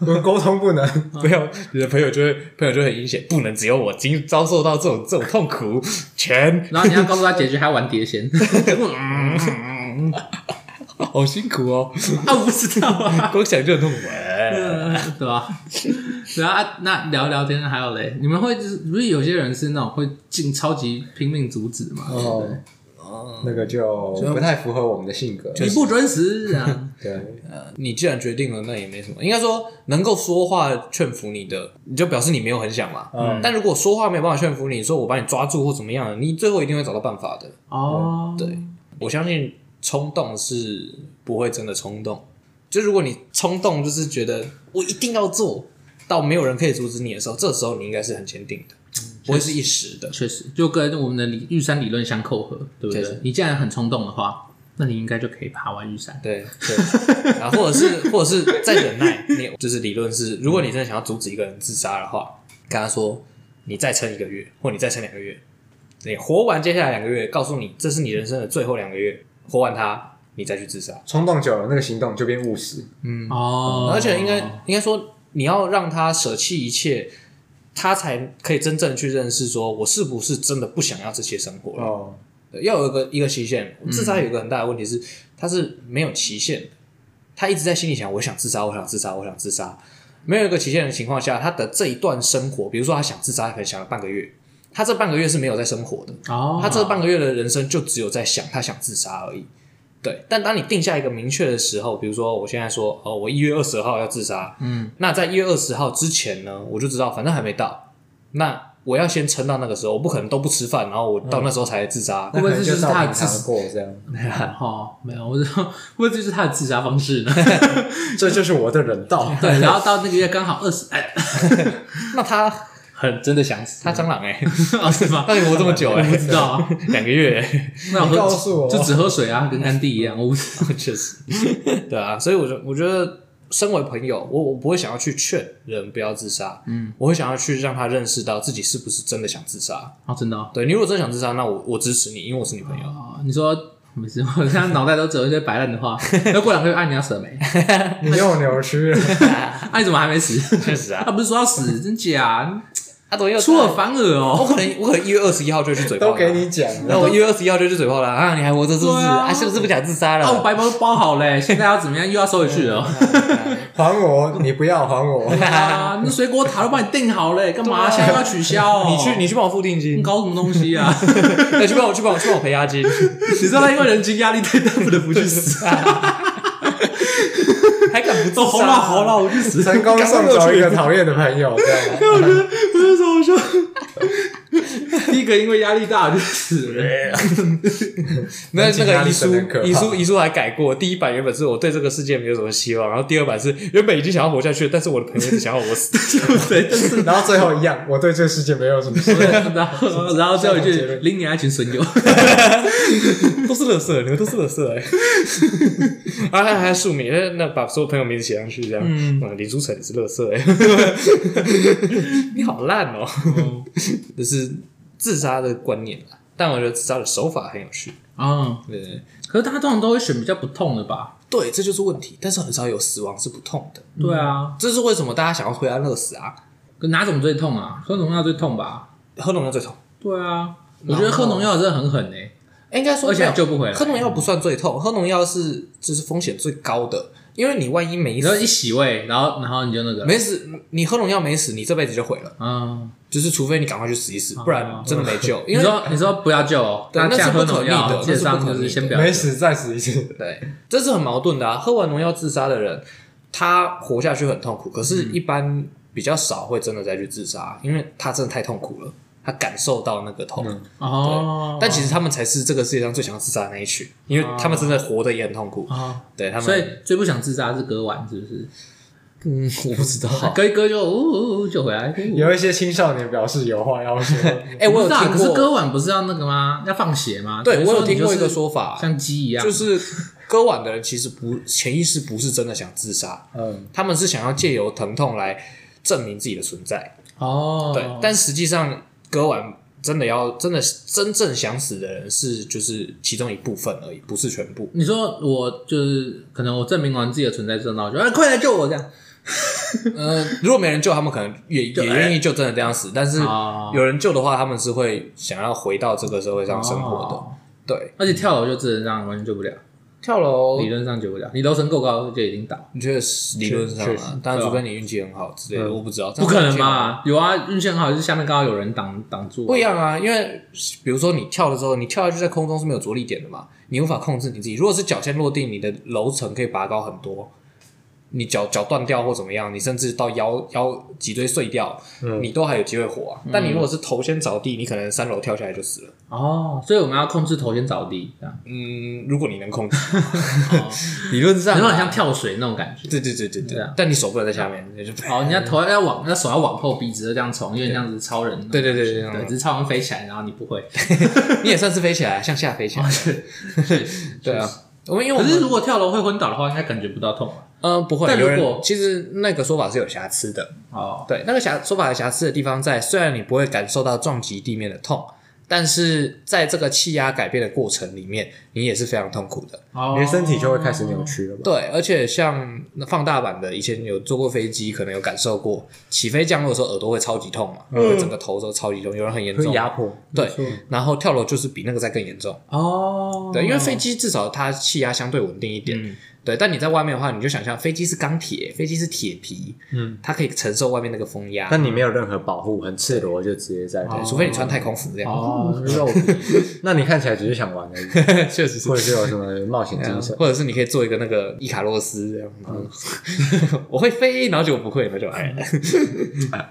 Speaker 3: 我们沟通不能。
Speaker 2: 不要。你的朋友就会朋友就会很阴险，不能只有我经遭受到这种这种痛苦，全
Speaker 1: 然后你要告诉他结局，还要玩碟 仙。嗯
Speaker 2: 好辛苦哦，
Speaker 1: 啊，我不知道啊，
Speaker 2: 光想就很痛苦。哎
Speaker 1: 对吧？然后啊，那聊聊天还有嘞，你们会就是不是有些人是那种会进超级拼命阻止嘛？
Speaker 3: 哦，那个就不太符合我们的性格。
Speaker 1: 你不准死 啊！
Speaker 3: 对，
Speaker 2: 你既然决定了，那也没什么。应该说，能够说话劝服你的，你就表示你没有很想嘛。
Speaker 3: 嗯
Speaker 2: 但如果说话没有办法劝服你，说我把你抓住或怎么样，你最后一定会找到办法的。
Speaker 1: 哦，
Speaker 2: 对，我相信冲动是不会真的冲动。就如果你冲动，就是觉得我一定要做到没有人可以阻止你的时候，这时候你应该是很坚定的，不会是一时的。
Speaker 1: 嗯确实，就跟我们的理玉山理论相扣合，对不
Speaker 2: 确
Speaker 1: 对
Speaker 2: 实？
Speaker 1: 你既然很冲动的话，那你应该就可以爬完玉山。
Speaker 2: 对对，啊，或者是或者是再忍耐，你就是理论是，如果你真的想要阻止一个人自杀的话，跟他说你再撑一个月，或你再撑两个月，你活完接下来两个月，告诉你这是你人生的最后两个月，活完它，你再去自杀。
Speaker 3: 冲动久了，那个行动就变务实。
Speaker 1: 哦，
Speaker 2: 而且应该应该说，你要让他舍弃一切，他才可以真正去认识，说我是不是真的不想要这些生活了。
Speaker 3: 哦，
Speaker 2: 对要有一个一个期限。自杀有一个很大的问题是，它是没有期限的，他一直在心里想，我想自杀，我想自杀，我想自杀。没有一个期限的情况下，他的这一段生活，比如说他想自杀，他可能想了半个月，他这半个月是没有在生活的，
Speaker 1: 哦，
Speaker 2: 他这半个月的人生就只有在想他想自杀而已。对，但当你定下一个明确的时候，比如说我现在说哦，我一月二十号要自杀，
Speaker 1: 嗯，
Speaker 2: 那在一月二十号之前呢，我就知道反正还没到，那我要先撑到那个时候，我不可能都不吃饭，然后我到那时候才自杀。
Speaker 1: 会不会这
Speaker 3: 就
Speaker 1: 就是
Speaker 3: 照
Speaker 1: 他的
Speaker 3: 平
Speaker 1: 自
Speaker 3: 常
Speaker 1: 杀？
Speaker 3: 过这样？
Speaker 1: 哦，没有，我说， 不过这就是他的自杀方式呢。
Speaker 3: 这就是我的人道。
Speaker 1: 对，然后到那个月刚好二十，哎，
Speaker 2: 那他
Speaker 1: 很真的想死，
Speaker 2: 他蟑螂哎、
Speaker 1: 哦是吗？
Speaker 2: 那你活这么久哎、
Speaker 1: 我不知道 啊，
Speaker 2: 两个月、
Speaker 1: 那我
Speaker 3: 你
Speaker 1: 喝
Speaker 3: 告诉我
Speaker 1: 就只喝水啊，跟甘地一样，我不知道。
Speaker 2: 确实，对啊，所以我就我觉得，身为朋友，我我不会想要去劝人不要自杀，嗯，我会想要去让他认识到自己是不是真的想自杀。
Speaker 1: 哦，真的哦
Speaker 2: 对你如果真的想自杀，那我我支持你，因为我是你朋友。
Speaker 1: 哦，你说。没事，我现在脑袋都只有一些白烂的话。那过两个月，啊，你要死了没？
Speaker 3: 你又扭曲 了，
Speaker 1: 啊，你怎么还没死？
Speaker 2: 确实
Speaker 1: 他
Speaker 2: 啊，
Speaker 1: 不是说要死，真假？
Speaker 2: 阿董又
Speaker 1: 出尔，反尔
Speaker 2: 我
Speaker 1: 哦。
Speaker 2: 可能我可能一月二十一号就去嘴炮
Speaker 3: 都
Speaker 2: 了，
Speaker 3: 给你讲
Speaker 2: 那
Speaker 3: 了。
Speaker 2: 我一月二十一号就去嘴炮了啊！你还活着是不
Speaker 1: 对
Speaker 2: 是？
Speaker 1: 啊
Speaker 2: 啊，是哦不是不想自杀
Speaker 1: 啊，我
Speaker 2: 了？
Speaker 1: 白包都包好嘞，现在要怎么样？又要收回去了。
Speaker 3: 还我！你不要还 我！
Speaker 1: 啊，那水果塔都帮你订好嘞，干嘛现在要取消哦？
Speaker 2: 你去你去帮我付定金
Speaker 1: 你，搞什么东西啊？
Speaker 2: 哎，去帮我去帮我去帮我赔押 金。
Speaker 1: 你知道他因为人情压力太大，不得不去死。
Speaker 2: 还敢不自
Speaker 1: 都好
Speaker 2: 杀？
Speaker 1: 了好了，我去 死。
Speaker 3: 成功送走一个讨厌的朋友，这样。
Speaker 1: 我就说我说，第一个因为压力大就死了。
Speaker 2: 那
Speaker 3: 人情
Speaker 2: 那
Speaker 3: 压
Speaker 2: 个
Speaker 3: 力
Speaker 2: 遗
Speaker 3: 真
Speaker 2: 书
Speaker 3: 的很可，怕
Speaker 2: 遗书，遗书还改过。第一版原本是我对这个世界没有什么希望，然后第二版是原本已经想要活下去了，但是我的朋友一直想要我死。
Speaker 1: 对，但是
Speaker 3: 然后最后一样，我对这个世界没有什么 兴趣。
Speaker 1: 然后然后最后一句，零年爱情损友。
Speaker 2: 都是乐色，你们都是乐色 哎。啊，还还署名，那那把所有朋友名字写上去，这样。嗯，啊、李书成也是乐色 哎。你好烂哦、这是自杀的观念啦，但我觉得自杀的手法很有趣。
Speaker 1: 啊，
Speaker 2: 对对对
Speaker 1: 可是大家通常都会选比较不痛的吧？
Speaker 2: 对，这就是问题。但是很少有死亡是不痛的，
Speaker 1: 对啊，
Speaker 2: 这是为什么大家想要推安乐死啊？
Speaker 1: 可哪种最痛啊？喝农药最痛吧？
Speaker 2: 喝农药最痛。
Speaker 1: 对啊，我觉得喝农药真的很狠欸诶，
Speaker 2: 哎应该说
Speaker 1: 而且
Speaker 2: 没有
Speaker 1: 救不回来
Speaker 2: 喝农药不算最痛，喝农药是就是风险最高的，因为你万一没
Speaker 1: 你说
Speaker 2: 死，
Speaker 1: 一洗胃，然后然后你就那个
Speaker 2: 没死，你喝农药没死，你这辈子就毁了。
Speaker 1: 啊。
Speaker 2: 就是除非你赶快去死一死，
Speaker 1: 啊
Speaker 2: 不然真的没救。
Speaker 1: 你
Speaker 2: 因为
Speaker 1: 说你说不要救哦，
Speaker 2: 对
Speaker 1: 那这样喝农
Speaker 2: 那是不可
Speaker 1: 药，
Speaker 2: 逆的
Speaker 1: 基本上就
Speaker 2: 那是不可逆
Speaker 1: 是
Speaker 2: 的
Speaker 1: 先不要救
Speaker 3: 没死再死一次，
Speaker 2: 对，这是很矛盾的啊。喝完农药自杀的人，他活
Speaker 1: 嗯
Speaker 2: 下去很痛苦，可是一般比较少会真的再去自杀，因为他真的太痛苦了。他感受到那个痛。
Speaker 1: 嗯哦，
Speaker 2: 但其实他们才是这个世界上最想自杀的那一群，因为他们真的活得也很痛苦。
Speaker 1: 啊，
Speaker 2: 对他们，
Speaker 1: 所以最不想自杀是割腕，是不是？
Speaker 2: 嗯，我不知道。
Speaker 1: 割一割就呜呜呜就回来。
Speaker 3: 有一些青少年表示有话要说，
Speaker 2: 哎、我有
Speaker 1: 不是啊
Speaker 2: 听
Speaker 1: 可是割
Speaker 2: 过，
Speaker 1: 腕不是要那个吗？要放血吗？
Speaker 2: 对
Speaker 1: 等于
Speaker 2: 我
Speaker 1: 说
Speaker 2: 有听过
Speaker 1: 你
Speaker 2: 一
Speaker 1: 就是
Speaker 2: 个说法，
Speaker 1: 像鸡一样，
Speaker 2: 就是割腕的人其实不潜意识不是真的想自杀，
Speaker 3: 嗯，
Speaker 2: 他们是想要借由疼痛来证明自己的存在。
Speaker 1: 哦，
Speaker 2: 对，但实际上割腕真的要真的真正想死的人是就是其中一部分而已，不是全部。
Speaker 1: 你说我就是可能我证明完自己的存在之后，那我就哎快来救我这样。嗯
Speaker 2: 呃，如果没人救，他们可能也也愿意就真的这样死，但是
Speaker 1: 哦
Speaker 2: 有人救的话，他们是会想要回到这个社会上生活的。
Speaker 1: 哦
Speaker 2: 对，
Speaker 1: 而且跳楼就真的让完全救不了，
Speaker 2: 跳楼
Speaker 1: 理论上救不了。你楼层够高就已经倒，
Speaker 2: 你觉得是理论上
Speaker 3: 确
Speaker 2: 啊
Speaker 3: 实，
Speaker 2: 当然
Speaker 1: 对啊
Speaker 2: 除非你运气很好之类的，
Speaker 1: 嗯
Speaker 2: 我不知道，
Speaker 1: 不可能？吧？有啊，运气很好，就是下面刚好有人挡挡住。
Speaker 2: 不一，样啊，因为比如说你跳的时候，你跳下去在空中是没有着力点的嘛，你无法控制你自己。如果是脚先落地，你的楼层可以拔高很多，你脚脚断掉或怎么样，你甚至到腰腰脊椎碎掉，
Speaker 3: 嗯
Speaker 2: 你都还有机会活
Speaker 1: 嗯
Speaker 2: 啊。但你如果是头先着地，你可能三楼跳下来就死了。
Speaker 1: 哦，所以我们要控制头先着地，这样。
Speaker 2: 嗯，如果你能控制，
Speaker 1: 哦
Speaker 2: 理论上
Speaker 1: 然后
Speaker 2: 啊
Speaker 1: 很像跳水那种感觉。
Speaker 2: 对对对对对
Speaker 1: 对啊，
Speaker 2: 但你手不能在下面，那就
Speaker 1: 哦，人家头要往，那手要往后，鼻子就这样冲，有点像是超人那种感
Speaker 2: 对
Speaker 1: 觉。
Speaker 2: 对对对对嗯
Speaker 1: 对，只是超人飞起来，然后你不会。
Speaker 2: 你也算是飞起来，向下飞起来。 对啊，我们因为我
Speaker 1: 哦 可
Speaker 2: 们
Speaker 1: 是如果跳楼会昏倒的话，应该感觉不到痛啊吧？
Speaker 2: 嗯，不会。
Speaker 1: 但
Speaker 2: 有
Speaker 1: 如
Speaker 2: 人
Speaker 1: 果
Speaker 2: 其实那个说法是有瑕疵的，
Speaker 1: 哦，
Speaker 2: 对，那个瑕说法有瑕疵的地方在，虽然你不会感受到撞击地面的痛，但是在这个气压改变的过程里面，你也是非常痛苦的。
Speaker 1: 哦
Speaker 3: 你的嗯身体就会开始扭曲了吧？
Speaker 2: 对，而且像放大版的，以前有坐过飞机，可能有感受过起飞降落的时候耳朵会超级痛嘛，会整个头都超级痛，有人很严
Speaker 3: 嗯会
Speaker 2: 重。
Speaker 3: 压迫，
Speaker 2: 对
Speaker 3: 没错，
Speaker 2: 然后跳楼就是比那个再更严重，
Speaker 1: 哦，
Speaker 2: 对，因为飞机至少它气压相对稳定一点，
Speaker 1: 嗯
Speaker 2: 对，但你在外面的话，你就想象飞机是钢铁，飞机是铁皮，
Speaker 3: 嗯，
Speaker 2: 它可以承受外面那个风压，
Speaker 3: 但你没有任何保护，很赤裸就直接在那
Speaker 2: 对，
Speaker 3: 里，
Speaker 2: 除非你穿太空服这样，
Speaker 1: 哦，
Speaker 3: 肉皮，那你看起来只是想玩而 已，
Speaker 2: 确实是
Speaker 3: 或者是有什么冒险精神？
Speaker 2: 或者是你可以做一个那个伊卡洛斯这样，然
Speaker 1: 嗯
Speaker 2: 后 我会飞，然后结果不会，那就哎，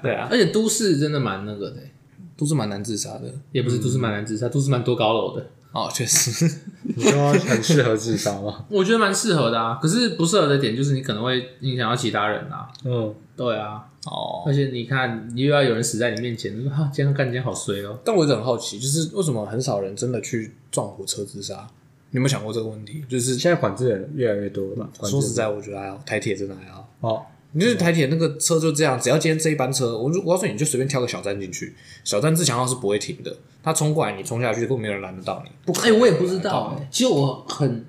Speaker 2: 对 啊，
Speaker 1: 而且都市真的蛮那个的，欸
Speaker 2: 都是蛮难自杀的
Speaker 1: 也不是都市蛮难自
Speaker 2: 嗯
Speaker 1: 杀，都市蛮多高楼的，
Speaker 2: 哦，确实，
Speaker 3: 你说很适合自杀吗？
Speaker 1: 我觉得蛮适合的啊。可是不适合的点就是你可能会影响到其他人啊。
Speaker 3: 嗯，
Speaker 1: 对啊，
Speaker 2: 哦。
Speaker 1: 而且你看，又要有人死在你面前，啊，今天干今天好衰哦。
Speaker 2: 但我一直很好奇，就是为什么很少人真的去撞火车自杀？你有没有想过这个问题？就是
Speaker 3: 现在管制的人越来越多了吧？管制
Speaker 2: 说实在，我觉得还好，台铁真的还好。
Speaker 3: 哦，
Speaker 2: 你就是台铁那个车就这样，只要今天这一班车，我就我告诉你，你就随便挑个小站进去，小站自强号是不会停的，它冲过来你冲下去，根本没有人拦得到你。不可
Speaker 1: 哎、
Speaker 2: 能
Speaker 1: 我也不知
Speaker 2: 拦得到
Speaker 1: 道哎、其实我很，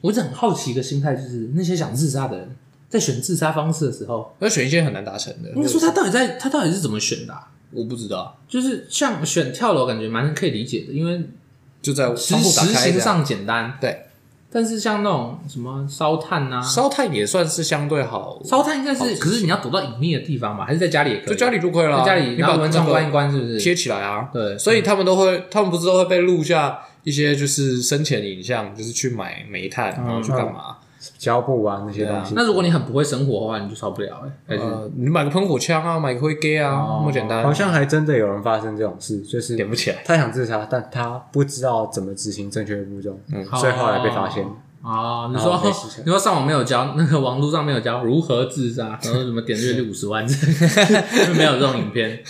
Speaker 1: 我一直很好奇一个心态，就是那些想自杀的人在选自杀方式的时候，
Speaker 2: 要选一些很难达成的。
Speaker 1: 应该说
Speaker 2: 或者
Speaker 1: 他到底在他到底是怎么选的啊、
Speaker 2: 我不知道，
Speaker 1: 就是像选跳楼，感觉蛮可以理解的，因为
Speaker 2: 就在
Speaker 1: 实
Speaker 2: 窗户打
Speaker 1: 实
Speaker 2: 开
Speaker 1: 行
Speaker 2: 这样。
Speaker 1: 上简单。
Speaker 2: 对，
Speaker 1: 但是像那种什么烧炭啊，
Speaker 2: 烧炭也算是相对好，
Speaker 1: 烧炭应该是，可是你要躲到隐秘的地方吧，还是在家里也可以？
Speaker 2: 就家里就可以了啊。
Speaker 1: 在家里，
Speaker 2: 你
Speaker 1: 然
Speaker 2: 把
Speaker 1: 后文
Speaker 2: 那
Speaker 1: 窗关一
Speaker 2: 个
Speaker 1: 关，是不是？
Speaker 2: 贴起来啊。
Speaker 1: 对，嗯
Speaker 2: 所以他们都会，他们不是都会被录下一些就是生前影像，就是去买煤炭，
Speaker 1: 嗯
Speaker 2: 然后去干嘛？
Speaker 3: 胶布啊那些东西。
Speaker 1: 那如果你很不会生活的话，你就烧不了哎、欸。还是、
Speaker 2: 呃，你买个喷火枪啊，买个灰 gay 啊，
Speaker 1: 哦
Speaker 2: 那么简单。
Speaker 3: 好像还真的有人发生这种事，就是
Speaker 2: 点不起来。
Speaker 3: 他想自杀，但他不知道怎么执行正确的步骤，所以后来被发现。
Speaker 1: 哦，你
Speaker 3: 然后
Speaker 1: 说
Speaker 3: 没事情
Speaker 1: 你说上网没有教，那个网络上没有教如何自杀，然后什么点阅率五十万， 没有这种影片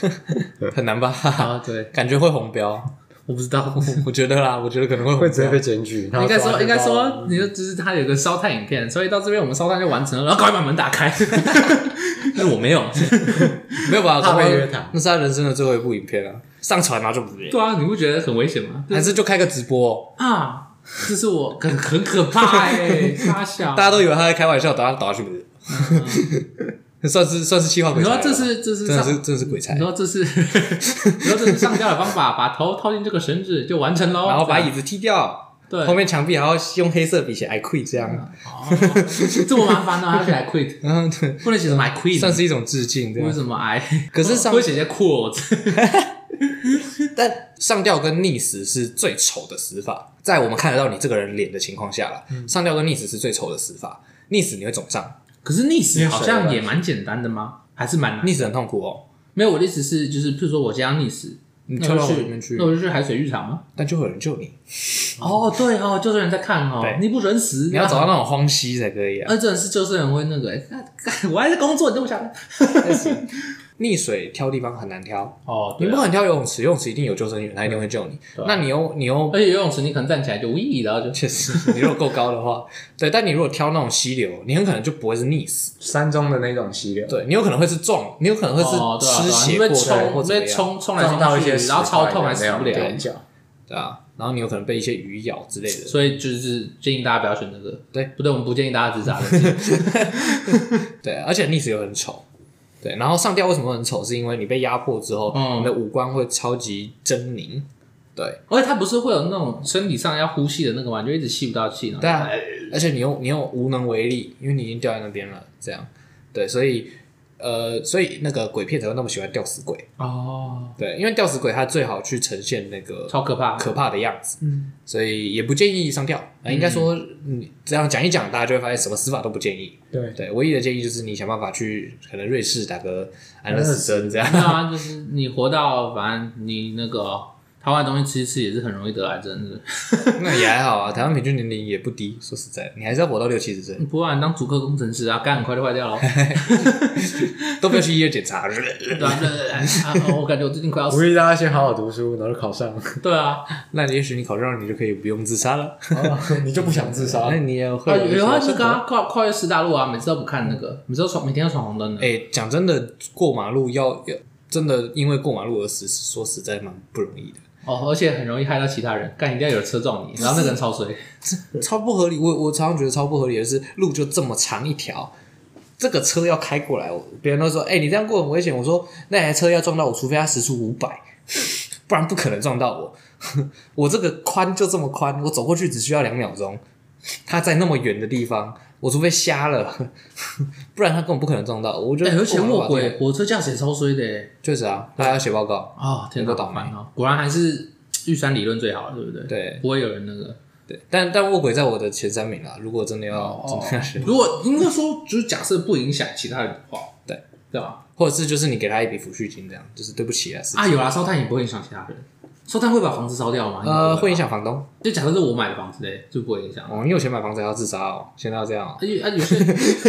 Speaker 2: 很难吧？
Speaker 1: 啊？对，
Speaker 2: 感觉会红标，
Speaker 1: 我不知道，
Speaker 2: 我觉得啦，我觉得可能会
Speaker 3: 会
Speaker 2: 红
Speaker 3: 直接
Speaker 2: 标。
Speaker 3: 被检举，
Speaker 1: 应
Speaker 3: 应
Speaker 1: 该说，应该说，你就就是他有个烧炭影片，所以到这边我们烧炭就完成了，然后赶快把门打开。 但是我没有。
Speaker 2: 没有吧？搞
Speaker 3: 怕被
Speaker 2: 不好
Speaker 3: 约谈
Speaker 2: 那是他人生的最后一部影片啊，上传然后就不约，
Speaker 1: 对啊，你不觉得很危险吗？
Speaker 2: 还是就开个直播哦、
Speaker 1: 啊，这是 我很很可怕哎、欸，发 小。
Speaker 2: 大家都以为他在开玩笑，打他打下去不是？ 算是算是气
Speaker 1: 嗯
Speaker 2: 化
Speaker 1: 你
Speaker 2: 鬼才
Speaker 1: 说
Speaker 2: 了吧。
Speaker 1: 这是这是
Speaker 2: 真的
Speaker 1: 上，
Speaker 2: 是嗯真的是鬼才
Speaker 1: 你，说这是 你说这是上吊的方法，把头套进这个绳子就完成喽。
Speaker 2: 然后
Speaker 1: 这
Speaker 2: 把
Speaker 1: 样
Speaker 2: 椅子踢掉，
Speaker 1: 对
Speaker 2: 后面墙壁还要用黑色笔写 “I quit” 这样，
Speaker 1: 哦这么麻烦呢、 还要写 I quit，
Speaker 2: 嗯， 对，
Speaker 1: 不能写什么 I quit，
Speaker 2: 算是一种致敬，对
Speaker 1: 为
Speaker 2: 吧？
Speaker 1: 什么 I？
Speaker 2: 可是上
Speaker 1: 会写些 quote
Speaker 2: 但上吊跟溺死是最丑的死法，在我们看得到你这个人脸的情况下啦，上吊跟溺死是最丑的死法。溺死你会肿胀，
Speaker 1: 可是溺死好像也蛮简单的吗？还是蛮难？
Speaker 2: 嗯溺死很痛苦哦。
Speaker 1: 没有，我的意思是，就是譬如说我家溺死，
Speaker 2: 你
Speaker 1: 那
Speaker 2: 跳
Speaker 1: 我
Speaker 2: 到
Speaker 1: 就
Speaker 2: 河
Speaker 1: 去
Speaker 2: 里面去
Speaker 1: 那，我就去海水浴场啊吗？
Speaker 2: 但就会有人救你。
Speaker 1: 哦，对哦，救生员在看哦
Speaker 2: 对，
Speaker 1: 你不准死，
Speaker 2: 你要找到那种荒溪才可以啊。
Speaker 1: 呃，真的是救生员会那个、欸，干干我还在工作，你这么想？
Speaker 2: 溺水挑地方很难挑，
Speaker 1: 哦，
Speaker 2: 你不可能挑游泳池，游泳池一定有救生员，他一定会救你。
Speaker 1: 对啊
Speaker 2: 那你又你又
Speaker 1: 而且游泳池你可能站起来就喂，然后就
Speaker 2: 确实，你如果够高的话， 对，但你如果挑那种溪流，你很可能就不会是溺死，
Speaker 3: 山中的那种溪流，
Speaker 2: 对你有可能会是撞，你有可能会
Speaker 1: 哦
Speaker 2: 是
Speaker 1: 对啊
Speaker 2: 失
Speaker 1: 对啊你
Speaker 2: 血
Speaker 1: 被
Speaker 2: 过头
Speaker 1: 冲，
Speaker 2: 或
Speaker 1: 你
Speaker 2: 怎么
Speaker 1: 被
Speaker 2: 样，
Speaker 1: 冲冲来
Speaker 3: 撞到
Speaker 1: 冲
Speaker 3: 一些
Speaker 1: 去，然后超痛还
Speaker 3: 死
Speaker 1: 死不了。
Speaker 3: 角，
Speaker 2: 对啊，然后你有可能被一些鱼咬之类的，
Speaker 1: 所以就是建议大家不要选这个，
Speaker 2: 对，
Speaker 1: 不对？我们不建议大家自杀的，
Speaker 2: 对，而且溺死又很丑，对，然后上吊为什么很丑？是因为你被压迫之后，
Speaker 1: 嗯
Speaker 2: 你的五官会超级狰狞，对，
Speaker 1: 而且它不是会有那种身体上要呼吸的那个嘛，你就一直吸不到气呢。
Speaker 2: 对啊，而且你又你又无能为力，因为你已经掉在那边了，这样，对，所以呃，所以那个鬼片才会那么喜欢吊死鬼，
Speaker 1: 哦，
Speaker 2: 对，因为吊死鬼它最好去呈现那个
Speaker 1: 超可怕，
Speaker 2: 可怕的样子，
Speaker 3: 嗯，
Speaker 2: 所以也不建议上吊。啊，应该说，你这样讲一讲，大家就会发现什么死法都不建议。
Speaker 3: 对，
Speaker 2: 对，唯一的建议就是你想办法去可能瑞士打个安乐死针这样。
Speaker 1: 对啊，就是你活到，反正你那个台湾的东西吃一吃也是 很容易得癌症的。
Speaker 2: 那也还好啊，台湾平均年龄也不低。说实在，你还是要活到六七 十岁，
Speaker 1: 不然当主科工程师啊，肝很快就坏 掉了。
Speaker 2: 都不要去医院检查。
Speaker 1: 对啊，对对对啊， 我感觉我最近快要
Speaker 3: 鼓
Speaker 1: 死。
Speaker 3: 励大家先好好读书，然后考上，
Speaker 1: 对啊，
Speaker 2: 那也许你考上，你就可以不用自杀了。
Speaker 3: 你就不想自杀
Speaker 2: 那？你也会
Speaker 1: 啊有啊，
Speaker 2: 一些
Speaker 1: 那个啊跨跨越四大路啊，每次都不看那个，每次都闯，每天都闯红灯的。
Speaker 2: 哎，讲真的，过马路要要真的因为过马路而死，说实在蛮不容易的。
Speaker 1: 哦，而且很容易害到其他人，干一定要有车撞你，然后那个人 超衰。
Speaker 2: 超不合理。我我常常觉得超不合理的是，路就这么长一条，这个车要开过来，我别人都说：“哎、你这样过很危险。”我说：“那台车要撞到我，除非它时速五百， 不然不可能撞到我。 我这个宽就这么宽，我走过去只需要两秒钟。他在那么远的地方，我除非瞎了， 不然他根本不可能撞到我。我觉
Speaker 1: 哎、
Speaker 2: 得、哦
Speaker 1: 而且卧轨，火车驾驶也超衰的哎。
Speaker 2: 确实啊，他要写报告。
Speaker 1: 哦，天哪，
Speaker 2: 有个倒霉
Speaker 1: 好烦哦！果然还是预算理论最好了，对不对？
Speaker 2: 对
Speaker 1: 不会有人那个。
Speaker 2: 对，但但卧轨在我的前三名啦。如果真的要、
Speaker 1: 哦
Speaker 2: 真的要学，
Speaker 1: 如果应该说，就是假设不影响其他人的话，
Speaker 2: 对
Speaker 1: 对吧？
Speaker 2: 或者是就是你给他一笔抚恤金，这样就是对不起啊，是
Speaker 1: 啊，有啦，烧炭也不会影响其他人。烧炭会把房子烧掉吗？
Speaker 2: 呃，
Speaker 1: 应该不吧
Speaker 2: 会影。响房东。
Speaker 1: 就假设是我买的房子嘞，就不会影响。
Speaker 2: 哦，你有钱买房子还要自杀哦，现在要这样、哦。
Speaker 1: 而且啊，有 些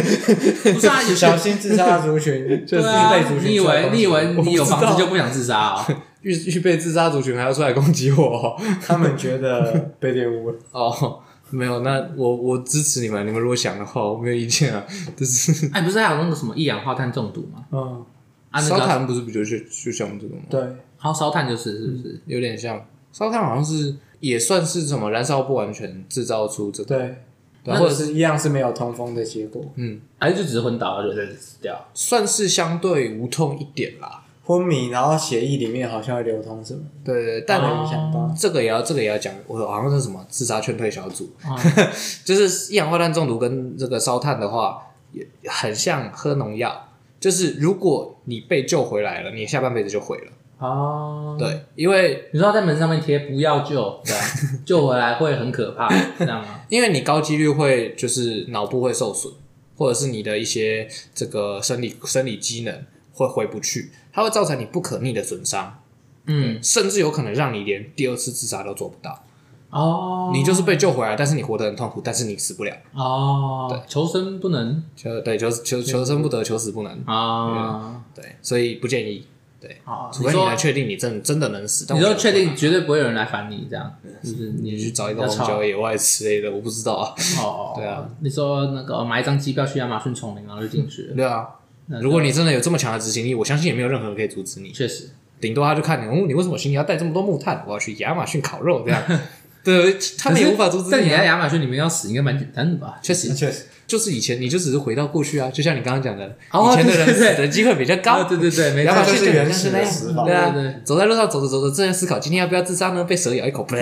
Speaker 1: 不是啊，有些
Speaker 3: 小心自杀的族群，就
Speaker 1: 对
Speaker 3: 是
Speaker 1: 啊
Speaker 3: 被族，群
Speaker 1: 你以
Speaker 3: 做
Speaker 1: 为
Speaker 3: 攻击
Speaker 1: 你以为你有房
Speaker 2: 我
Speaker 1: 子
Speaker 2: 不知道
Speaker 1: 就不想自杀啊？
Speaker 2: 预预备自杀族群还要出来攻击我哦？
Speaker 3: 他们觉得被玷污了，
Speaker 2: 哦，没有，那我我支持你们，你们如果想的话，我没有意见啊。 就是
Speaker 1: 哎，不是还有那个什么一氧化碳中毒吗？
Speaker 3: 嗯，
Speaker 1: 啊，那
Speaker 2: 烧
Speaker 1: 个
Speaker 2: 炭不是不就是就像这个吗？
Speaker 3: 对，
Speaker 1: 好烧炭就是是不是？
Speaker 2: 有点像烧炭，好像是也算是什么燃烧不完全制造出这个，
Speaker 3: 对，
Speaker 2: 对
Speaker 1: 那
Speaker 2: 或
Speaker 3: 或
Speaker 2: 者
Speaker 3: 者
Speaker 2: 是
Speaker 3: 是一样是没有通风的结果，
Speaker 2: 嗯，
Speaker 1: 还是就只是昏倒，然后就死掉？
Speaker 2: 算是相对无痛一点啦。
Speaker 3: 昏迷，然后血液里面好像会流通什么，
Speaker 2: 对对，但
Speaker 3: 影响
Speaker 1: 哦
Speaker 3: 到，
Speaker 2: 这个也要这个也要讲，我好像是什么自杀劝退小组，
Speaker 1: 哦
Speaker 2: 就是一氧化碳中毒跟这个烧炭的话，也很像喝农药。就是如果你被救回来了，你下半辈子就毁了。
Speaker 1: 哦，
Speaker 2: 对，因为
Speaker 1: 你说在门上面贴“不要救”， 对啊，救回来会很可怕，这样吗？
Speaker 2: 因为你高几率会就是脑部会受损，或者是你的一些这个生理生理机能会回不去，它会造成你不可逆的损伤，
Speaker 1: 嗯，
Speaker 2: 甚至有可能让你连第二次自杀都做不到。
Speaker 1: 哦，
Speaker 2: 你就是被救回来，但是你活得很痛苦，但是你死不了。
Speaker 1: 哦，求生不能
Speaker 2: 就对，求求求生不得，求死不能。
Speaker 1: 啊。
Speaker 2: 对，所以不建议。对，
Speaker 1: 哦
Speaker 2: 除
Speaker 1: 你
Speaker 2: 非你能
Speaker 1: 说
Speaker 2: 确定你真真的能死，但
Speaker 1: 你
Speaker 2: 我
Speaker 1: 说确
Speaker 2: 觉得不可
Speaker 1: 定
Speaker 2: 能
Speaker 1: 绝对不会有人来烦你，这样就是你
Speaker 2: 你去找一个
Speaker 1: 要
Speaker 2: 荒
Speaker 1: 吵啊
Speaker 2: 郊野外之类的，我不知道啊。
Speaker 1: 哦，
Speaker 2: 对啊，
Speaker 1: 你说那个买一张机票去亚马逊丛林，然后就进去了，
Speaker 2: 对啊，
Speaker 1: 那
Speaker 2: 如果你真的有这么强的执行力，我相信也没有任何人可以阻止你，
Speaker 1: 确实
Speaker 2: 顶多他就看你，哦，你为什么行李要带这么多木炭？我要去亚马逊烤肉这样。 对，他们也无法阻止
Speaker 1: 但你
Speaker 2: 你
Speaker 1: 在
Speaker 2: 啊。
Speaker 1: 亚马逊里面要死，应该蛮简单的吧？
Speaker 2: 确实，
Speaker 3: 确实，
Speaker 2: 就是以前你就只是回到过去啊，就像你刚刚讲的，
Speaker 1: 哦
Speaker 2: 以前的
Speaker 1: 对
Speaker 2: 人
Speaker 1: 对
Speaker 2: 死
Speaker 1: 对
Speaker 2: 的机会比较
Speaker 1: 啊，
Speaker 2: 高。
Speaker 1: 对对对，没
Speaker 2: 亚
Speaker 1: 错
Speaker 2: 马
Speaker 3: 后
Speaker 2: 逊
Speaker 3: 就是
Speaker 2: 就
Speaker 3: 原
Speaker 2: 像是
Speaker 3: 始
Speaker 2: 那
Speaker 3: 的
Speaker 2: 样
Speaker 3: 死法
Speaker 2: 对
Speaker 1: 对对
Speaker 2: 啊，走在路上走着走着，正在思考今天要不要自杀呢？被蛇咬一 口，不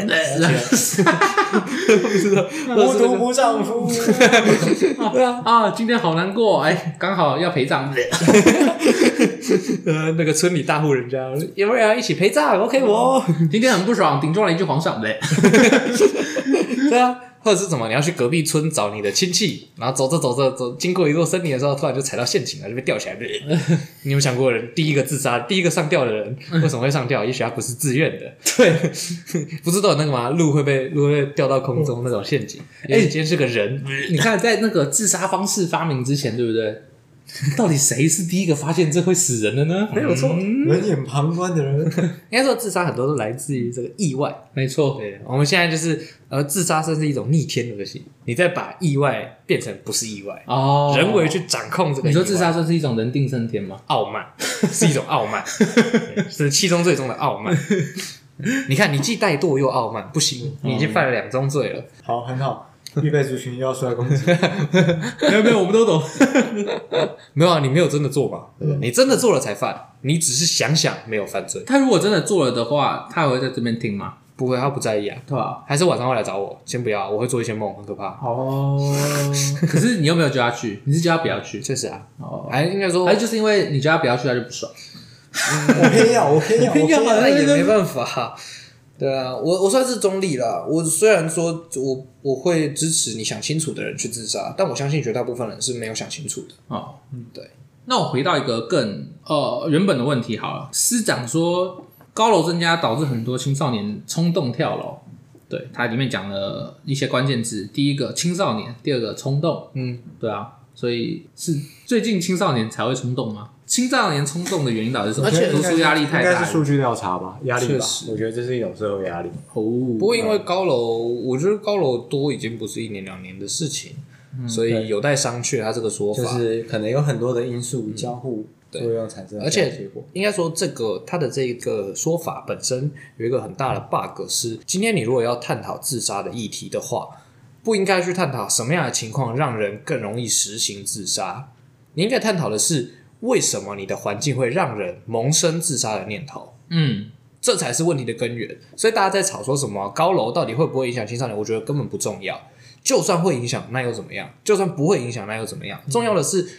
Speaker 3: 无毒不丈 夫，
Speaker 2: 对啊，
Speaker 1: 啊，今天好难过，哎，刚好要陪葬，
Speaker 2: 呃，那个村里大户人家，有没有要一起陪葬？OK，我，哦
Speaker 1: 今天很不爽，顶撞了一句皇上，
Speaker 2: 对啊，或者是什么，你要去隔壁村找你的亲戚，然后走着走着走，经过一座森林的时候，突然就踩到陷阱了，就被吊起来。 你有没有想过人，第一个自杀，第一个上吊的 人为什么会上吊？也许他不是自愿的。
Speaker 4: 对，
Speaker 2: 不是都有那个吗？鹿会被鹿会被吊到空中那种陷阱。哎、今天是个人，
Speaker 1: 你看，在那个自杀方式发明之前，对不对？ 到底谁是第一个发现这会死人的呢？
Speaker 2: 没有错。应
Speaker 3: 冷眼旁观的人，
Speaker 2: 该说自杀很多都来自于这个意外。
Speaker 1: 没错，
Speaker 2: 对，我们现在就是呃，自杀算是一种逆天的东西，你再把意外变成不是意外，
Speaker 1: 哦，
Speaker 2: 人为去掌控这个。
Speaker 1: 你说自杀算是一种人定胜天吗？
Speaker 2: 傲慢是一种 傲慢，对是七宗罪中的傲慢。你看，你既怠惰又傲慢，不行，
Speaker 1: 嗯
Speaker 2: 你已经犯了两宗罪了。
Speaker 3: 好，很 好，预备族群又要出来攻 击，
Speaker 1: 没有没有，我们都懂。 嗯
Speaker 2: 没有啊，你没有真的做嘛，对不对？你真的做了才犯，你只是想想没有犯罪，
Speaker 1: 他如果真的做了的话，他还会在这边听吗？
Speaker 2: 不会，他不在意啊。
Speaker 1: 对吧？
Speaker 2: 还是晚上会来找我，先不要，我会做一些梦，很可怕。
Speaker 1: 哦，可是你又没有叫他去，你是叫他不要去。
Speaker 2: 确实啊，
Speaker 1: 哦，
Speaker 2: 还应该说
Speaker 1: 还，是就是因为你叫他不要去，他就不爽。
Speaker 3: 我偏要，我偏要，我啊偏要，
Speaker 2: 那也没办法。对啊，我我算是中立啦。我虽然说我我会支持你想清楚的人去自杀，但我相信绝大部分人是没有想清楚的。
Speaker 1: 哦，嗯，
Speaker 2: 对。
Speaker 1: 那我回到一个更呃原本的问题好了，师长说高楼增加导致很多青少年冲动跳楼，对，它里面讲了一些关键字，第一个青少年，第二个冲动，
Speaker 2: 嗯，
Speaker 1: 对啊，所以是最近青少年才会冲动吗？青少年冲动的原因到底是什么？
Speaker 3: 而且
Speaker 1: 读书压力太
Speaker 3: 应该
Speaker 1: 大
Speaker 3: 是数据调查吧，压力
Speaker 2: 确
Speaker 3: 吧
Speaker 2: 实，
Speaker 3: 我觉得这是一种社会压力。
Speaker 1: 哦，
Speaker 2: 不过因为高楼，我觉得高楼多已经不是一年两年的事情，所以有待商榷。他这个说法，
Speaker 3: 就是可能有很多的因素交互
Speaker 2: 对
Speaker 3: 作用产生的
Speaker 2: 而且
Speaker 3: 结果。
Speaker 2: 应该说，这个他的这个说法本身有一个很大的 bug 是，今天你如果要探讨自杀的议题的话，不应该去探讨什么样的情况让人更容易实行自杀，你应该探讨的是为什么你的环境会让人萌生自杀的念头。
Speaker 1: 嗯，
Speaker 2: 这才是问题的根源。所以大家在吵说什么高楼到底会不会影响青少年，我觉得根本不重要。就算会影响，那又怎么样？就算不会影响，那又怎么样？重要的是，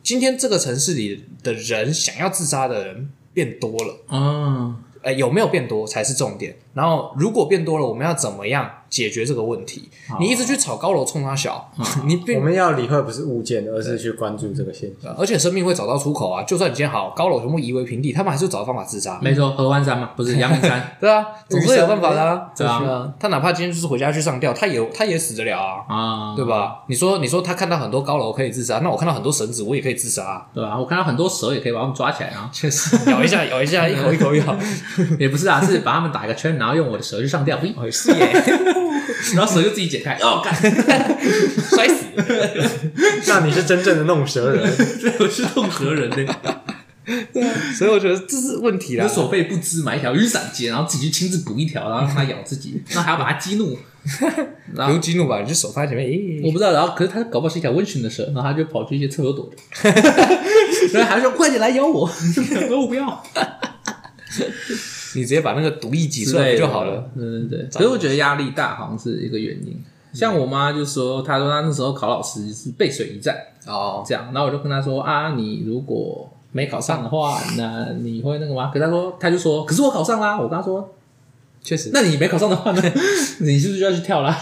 Speaker 2: 今天这个城市里的人想要自杀的人变多了，
Speaker 1: 啊，
Speaker 2: 呃，有没有变多才是重点。然后，如果变多了，我们要怎么样解决这个问题？你一直去炒高楼冲他小，你并
Speaker 3: 我们要理会不是物件，而是去关注这个现象。
Speaker 2: 呃而且生命会找到出口啊！就算你今天好高楼全部夷为平地，他们还是会找到方法自杀。
Speaker 1: 没错，合欢山嘛，不是阳明 山
Speaker 2: 对啊，总是有办法的啊。
Speaker 1: 对啊
Speaker 2: 是啊，他哪怕今天就是回家去上吊，他也他也死得了啊，
Speaker 1: 啊，
Speaker 2: 对吧？你说你说他看到很多高楼可以自杀，那我看到很多绳子我也可以自杀啊，
Speaker 1: 对啊，我看到很多蛇也可以把它们抓起来啊，
Speaker 2: 确实咬一下 咬一下，一口一口 咬，
Speaker 1: 也不是 啊，是把它们打一个圈，然后用我的蛇去上吊，喂
Speaker 2: 是耶，
Speaker 1: 然后蛇就自己解开，哦，干，
Speaker 2: 摔死。
Speaker 3: 那你是真正的弄蛇人，
Speaker 1: 这我是动蛇人 的，
Speaker 2: 所以我觉得这是问题啦
Speaker 1: 有。所谓不知买一条雨伞结，然后自己去亲自补一条，然后让它咬自 己，那还要把它激怒，然
Speaker 2: 不
Speaker 1: 后
Speaker 2: 用激怒吧，你就手放在前面，
Speaker 1: 啊我
Speaker 2: 咦，
Speaker 1: 不知道，然后可是它搞不好是一条温驯的蛇，然后它就跑去一些厕所躲着， 然后还说快点来咬我， 我说我不 要，
Speaker 2: 你直接把那个毒液挤出来不就好了？
Speaker 1: 对对对，所以我觉得压力大好像是一个原因。像我妈就说，她说她那时候考老师是背水一战，
Speaker 2: 哦，
Speaker 1: 这样，然后我就跟他说啊，你如果没考上的话，那你会那个吗？可是他说，他就说，可是我考上啦。我跟他说，
Speaker 2: 确实，
Speaker 1: 那你没考上的话呢， 你是不是就要去跳啦？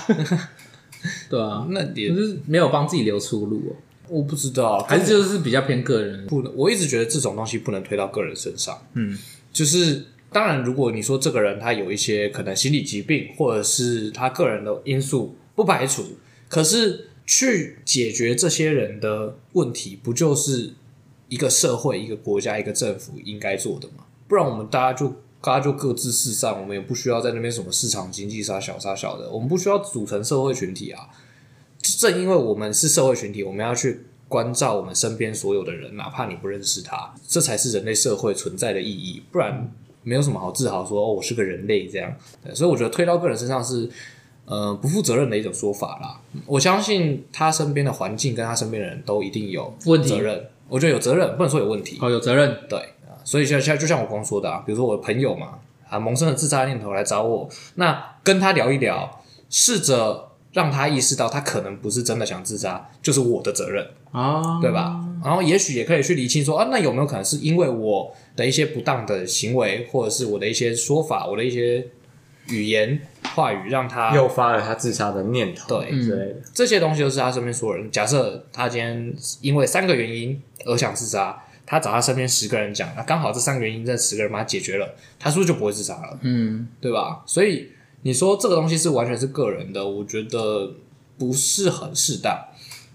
Speaker 1: 对啊，
Speaker 2: 那
Speaker 1: 也
Speaker 2: 也
Speaker 1: 就是没有帮自己留出路哦，
Speaker 2: 我不知道，啊
Speaker 1: 还是就是比较偏个人。
Speaker 2: 不能，我一直觉得这种东西不能推到个人身上。
Speaker 1: 嗯，
Speaker 2: 就是当然，如果你说这个人他有一些可能心理疾病，或者是他个人的因素，不排除。可是去解决这些人的问题，不就是一个社会、一个国家、一个政府应该做的吗？不然我们大家就大家就各自四散，我们也不需要在那边什么市场经济啥小啥小的，我们不需要组成社会群体啊。正因为我们是社会群体，我们要去关照我们身边所有的人，哪怕你不认识他，这才是人类社会存在的意义。不然没有什么好自豪说哦，我是个人类这样。对所以我觉得推到个人身上是呃不负责任的一种说法啦。我相信他身边的环境跟他身边的人都一定有
Speaker 1: 问题
Speaker 2: 责任，我觉得有责任，不能说有问题。
Speaker 1: 哦，有责任，
Speaker 2: 对啊，所以像像就像我刚刚说的啊，比如说我的朋友嘛，啊萌生了自杀的念头来找我，那跟他聊一聊，试着让他意识到他可能不是真的想自杀，就是我的责任，
Speaker 1: 啊，
Speaker 2: 对吧？？然后也许也可以去理清说啊，那有没有可能是因为我的一些不当的行为，或者是我的一些说法，我的一些语言话语让他
Speaker 3: 诱发了他自杀的念头，
Speaker 2: 对
Speaker 3: 之类的。
Speaker 2: 这些东西都是他身边所有人。假设他今天因为三个原因而想自杀，他找他身边十个人讲，那刚好这三个原因这十个人把他解决了，他是不是就不会自杀了？
Speaker 1: 嗯，
Speaker 2: 对吧？所以你说这个东西是完全是个人的，我觉得不是很适当。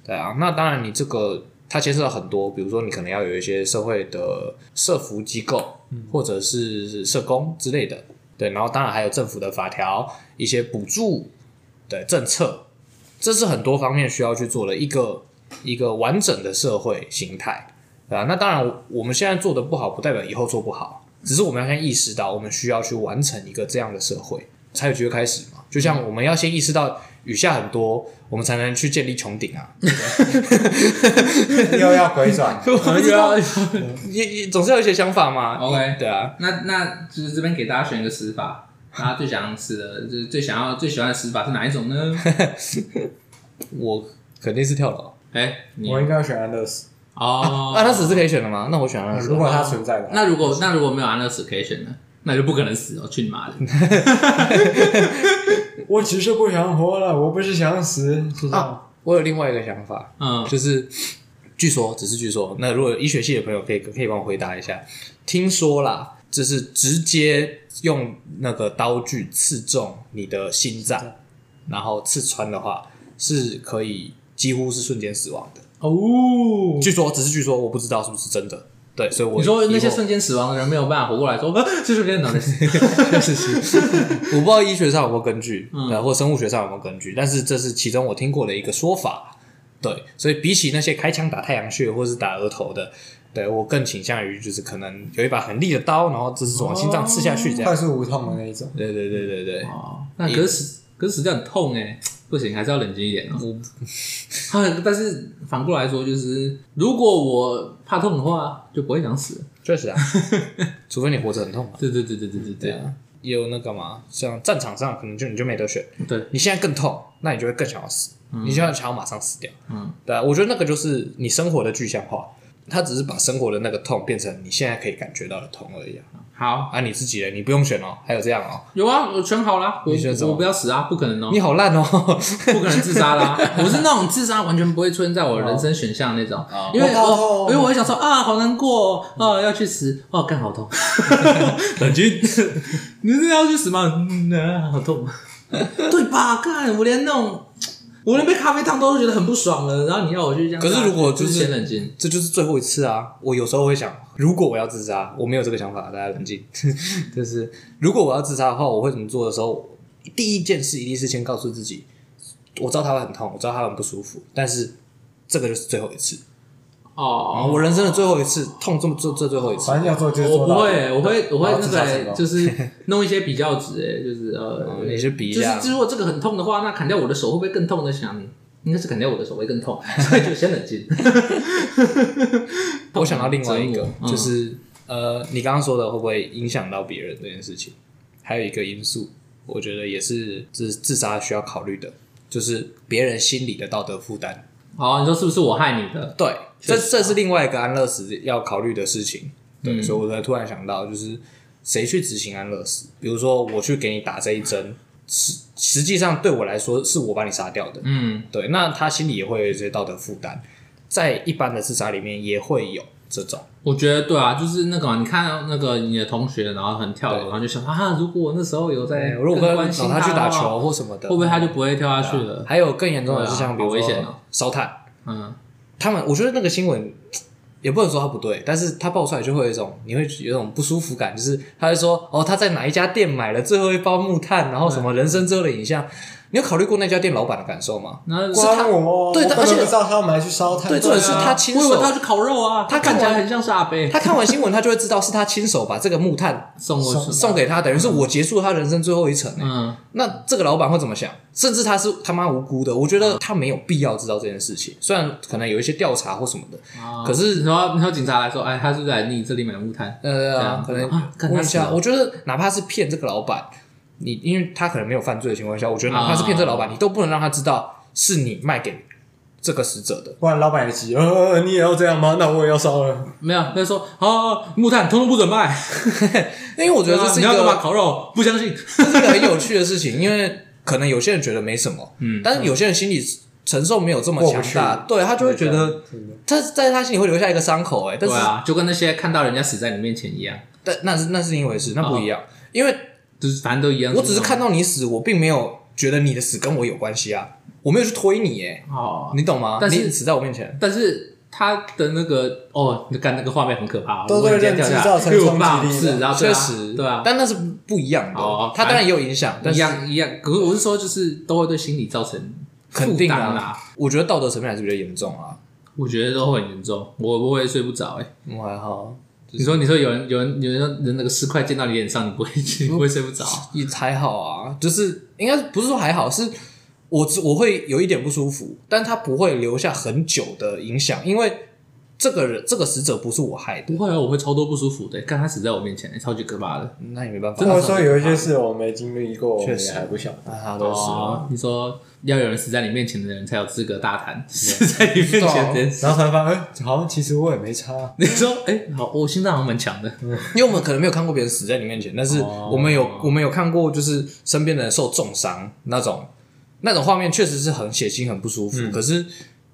Speaker 2: 对啊，那当然你这个它牵涉到很多，比如说你可能要有一些社会的社服机构，或者是社工之类的。对，然后当然还有政府的法条、一些补助的政策，这是很多方面需要去做的一个一个完整的社会形态，对啊吧、那当然，我们现在做的不好，不代表以后做不好，只是我们要先意识到，我们需要去完成一个这样的社会，才有机会开始嘛。就像我们要先意识到雨下很多，我们才能去建立穹顶啊。
Speaker 3: 又要回 转，
Speaker 1: 我们就要
Speaker 2: 也也总是有一些想法嘛。
Speaker 1: OK
Speaker 2: 对啊，
Speaker 1: 那那就是这边给大家选一个死法，大家最想死的，就是最想要、最喜欢的死法是哪一种呢？
Speaker 2: 我肯定是跳楼
Speaker 3: 哦
Speaker 1: 哎、你
Speaker 3: 我应该要选安乐死。
Speaker 1: 哦，
Speaker 2: 啊，那死是可以选的吗？那我选了。
Speaker 3: 如果它存在的话，
Speaker 1: 那如果那如果没有安乐死可以选呢？那就不可能死哦！去你妈的！
Speaker 3: 我只是不想活了，我不是想死，是这样。
Speaker 2: 啊，我有另外一个想法，
Speaker 1: 嗯，
Speaker 2: 就是据说，只是据说。那如果有医学系的朋友可以可以帮我回答一下，听说啦，就是直接用那个刀具刺中你的心脏，然后刺穿的话是可以几乎是瞬间死亡的。
Speaker 1: 哦，
Speaker 2: 据说，只是据说，我不知道是不是真的。对，所以我
Speaker 1: 你说那些
Speaker 2: 以后
Speaker 1: 瞬间死亡的人没有办法活过来 说，啊这瞬间脑袋 死，
Speaker 2: 是是，我不知道医学上有没有根据，呃，或生物学上有没有根据，但是这是其中我听过的一个说法。对，所以比起那些开枪打太阳穴或是打额头的，对我更倾向于就是可能有一把很利的刀，然后这是往心脏刺下去这样。
Speaker 3: 快速无痛的那一种，
Speaker 2: 对对对对对，
Speaker 1: 哦，那可是死可是死掉很痛哎、不行，还是要冷静一点哦。 啊，但是反过来说，就是如果我怕痛的话，就不会想死。
Speaker 2: 确 实啊，除非你活着很痛嘛。
Speaker 1: 对对对对对对对
Speaker 2: 啊，也有那个嘛，像战场上可能就你就没得选，
Speaker 1: 对，
Speaker 2: 你现在更痛，那你就会更想要死，你就要想要马上死掉。
Speaker 1: 嗯，
Speaker 2: 对啊，我觉得那个就是你生活的具象化，它只是把生活的那个痛变成你现在可以感觉到的痛而已啊。
Speaker 1: 好，
Speaker 2: 啊，你自己嘞，你不用选哦，还有这样哦，
Speaker 1: 有啊，我选好啦，我
Speaker 2: 选什么
Speaker 1: 我不要死啊，不可能哦、
Speaker 2: 你好烂哦。
Speaker 1: 不可能自杀啦！我是那种自杀完全不会出现在我人生选项那种，因为
Speaker 3: 我好痛
Speaker 1: 我因为我会想说啊，好难过哦，哦要去死哦，干好痛，冷静，你真的要去死吗？嗯，啊好痛，对吧？干，我连那种我连被咖啡烫都觉得很不爽了，然后你要我去这样，
Speaker 2: 可是如果
Speaker 1: 就
Speaker 2: 就是
Speaker 1: 先冷静，
Speaker 2: 这就是最后一次啊！我有时候会想，如果我要自杀，我没有这个想法，大家冷静。 就是如果我要自杀的话，我会怎么做的时候，第一件事一定是先告诉自己，我知道他会很痛，我知道他很不舒服，但是这个就是最后一次，啊，
Speaker 1: 哦，
Speaker 2: 我人生的最后一次，痛这么这这最后一次
Speaker 3: 反。正要做就是
Speaker 1: 我不
Speaker 3: 做到。
Speaker 1: 会，我会我会
Speaker 3: 然
Speaker 1: 那
Speaker 3: 后自
Speaker 1: 个
Speaker 3: 杀成
Speaker 1: 欸
Speaker 3: 功
Speaker 1: 就是弄一些比较值，哎，就是呃
Speaker 2: 哦，你是比一
Speaker 1: 就
Speaker 2: 下
Speaker 1: 是如果这个很痛的话，那砍掉我的手会不会更痛呢？想应该是砍掉我的手会更 痛，所以就先冷 静。
Speaker 2: 我想到另外一
Speaker 1: 折
Speaker 2: 个
Speaker 1: 磨，嗯
Speaker 2: 就是呃，你刚刚说的会不会影响到别人这件事情，还有一个因素，我觉得也是自自杀需要考虑的，就是别人心里的道德负担。
Speaker 1: 哦好，你说是不是我害你的？
Speaker 2: 对，这
Speaker 1: 确实啊嗯
Speaker 2: 这是另外一个安乐死要考虑的事情。对，所以我才突然想到，就是谁去执行安乐死？比如说我去给你打这一针，实实际上对我来说是我把你杀掉的，
Speaker 1: 嗯，
Speaker 2: 对，那他心里也会有一些道德负担，在一般的自杀里面也会有这种。
Speaker 1: 我觉得对啊，就是那个嘛你看那个你的同学，然后很跳楼，
Speaker 2: 对
Speaker 1: 然后就想啊，如哎果我那时候有在
Speaker 2: 如果
Speaker 1: 更
Speaker 2: 跟
Speaker 1: 关心
Speaker 2: 找他去打
Speaker 1: 的话
Speaker 2: 球，或什么的，
Speaker 1: 会不会他就不会跳下去了？
Speaker 2: 还有更严重的是
Speaker 1: 对啊
Speaker 2: 像比
Speaker 1: 好
Speaker 2: 如
Speaker 1: 危险
Speaker 2: 说
Speaker 1: 哦
Speaker 2: 烧炭，
Speaker 1: 嗯，
Speaker 2: 他们我觉得那个新闻也不能说它不对，但是它爆出来就会有一种你会有一种不舒服感，就是他会说哦他在哪一家店买了最后一包木炭，然后什么人生最后的影像，你有考虑过那家店老板的感受吗？
Speaker 1: 然后
Speaker 3: 关我，哦
Speaker 2: 对
Speaker 3: 我
Speaker 2: 但
Speaker 3: 根本
Speaker 2: 而且
Speaker 3: 不知道他们来去烧炭，
Speaker 2: 对重点是他亲手
Speaker 1: 我以为他要去烤肉啊，
Speaker 2: 他
Speaker 1: 看起
Speaker 2: 看
Speaker 1: 来
Speaker 2: 完
Speaker 1: 很像是阿贝，
Speaker 2: 他看完新闻，他就会知道是他亲手把这个木炭
Speaker 1: 送过去，
Speaker 2: 送给他，等于是我结束他人生最后一程、欸。
Speaker 1: 嗯，
Speaker 2: 那这个老板会怎么想？甚至他是他妈无辜的，我觉得
Speaker 1: 嗯
Speaker 2: 他没有必要知道这件事情。虽然可能有一些调查或什么的，
Speaker 1: 啊
Speaker 2: 可是
Speaker 1: 你说你说警察来说，哎，他是不是来你这里买木炭？
Speaker 2: 呃，
Speaker 1: 这样
Speaker 2: 可能
Speaker 1: 啊干
Speaker 2: 问
Speaker 1: 他
Speaker 2: 一
Speaker 1: 死
Speaker 2: 下，
Speaker 1: 了
Speaker 2: 我觉得哪怕是骗这个老板，你
Speaker 1: 啊
Speaker 2: 因为他可能没有犯罪的情况下，我觉得哪怕是骗这个老板，你都不能让他知道是你卖给这个死者的。
Speaker 3: 不然老板也急，呃，你也要这样吗？那我也要烧了。
Speaker 1: 没有，他说啊，木炭通通不准 卖。
Speaker 2: 因为我觉得这
Speaker 1: 啊
Speaker 2: 是
Speaker 1: 你
Speaker 2: 一
Speaker 1: 要干嘛
Speaker 2: 个
Speaker 1: 烤肉？不相 信。
Speaker 2: 这是一个很有趣的事情，因为可能有些人觉得没什么，
Speaker 1: 嗯
Speaker 2: 但是有些人心理承受没有这么
Speaker 3: 过不
Speaker 2: 强大，对他就会觉得
Speaker 3: 真的
Speaker 2: 他在他心里会留下一个伤口、哎，但
Speaker 1: 对
Speaker 2: 是、
Speaker 1: 啊，就跟那些看到人家死在你面前一样，
Speaker 2: 但那是那是另一回事，那不一
Speaker 1: 啊
Speaker 2: 样，因为
Speaker 1: 就是反正都一样。
Speaker 2: 我只是看到你死，我并没有觉得你的死跟我有关系啊，我没有去推你、哎，
Speaker 1: 哦，
Speaker 2: 你懂吗？
Speaker 1: 但是
Speaker 2: 你死在我面前，
Speaker 1: 但是他的那个哦，你干那个画面很可怕，
Speaker 3: 都
Speaker 1: 如果
Speaker 3: 对
Speaker 1: 你啊今天
Speaker 3: 认知
Speaker 1: 跳下
Speaker 3: 造
Speaker 1: 来
Speaker 3: 成
Speaker 1: 又
Speaker 3: 冲击
Speaker 1: 棒
Speaker 3: 力
Speaker 1: 是
Speaker 3: 了
Speaker 1: 然后对
Speaker 2: 确
Speaker 1: 啊
Speaker 2: 实
Speaker 1: 对啊，
Speaker 2: 但那是不一样的
Speaker 1: 哦，
Speaker 2: 他当然也有影响，但
Speaker 1: 一
Speaker 2: 是
Speaker 1: 样一样。可是我是说，就是都会对心理造成
Speaker 2: 肯定
Speaker 1: 负
Speaker 2: 啊
Speaker 1: 担啦。
Speaker 2: 我觉得道德层面还是比较严重啊，
Speaker 1: 我觉得都会很严重，我不会睡不着哎、欸
Speaker 2: 我还好，
Speaker 1: 你说，你说有人有人有人说人那个尸块溅到你脸上，你不会你不会睡不着？
Speaker 2: 也还好啊，就是应该不是说还好，是我只我会有一点不舒服，但它不会留下很久的影响，因为这个人这个死者不是我害的
Speaker 1: 不，会啊，我会超多不舒服的、欸。看他死在我面前、欸超级可怕的。
Speaker 2: 那也没办法，
Speaker 3: 或者说有一些事我没经历过，我
Speaker 2: 啊确
Speaker 3: 们
Speaker 2: 实
Speaker 3: 也还不晓得。
Speaker 2: 啊，他都死了，
Speaker 1: 哦，你说要有人死在你面前的人才有资格大 谈死在你面前这件
Speaker 2: 啊
Speaker 1: 事。
Speaker 3: 然后突然发现，哎，好像其实我也没
Speaker 2: 嗯
Speaker 3: 差。
Speaker 1: 你说，哎、好，我心脏好像蛮强的。
Speaker 2: 因为我们可能没有看过别人死在你面前，但是
Speaker 1: 哦
Speaker 2: 我们有、我们有看过，就是身边的人受重伤那种那种画面，确实是很血腥、很不舒服。
Speaker 1: 嗯
Speaker 2: 可是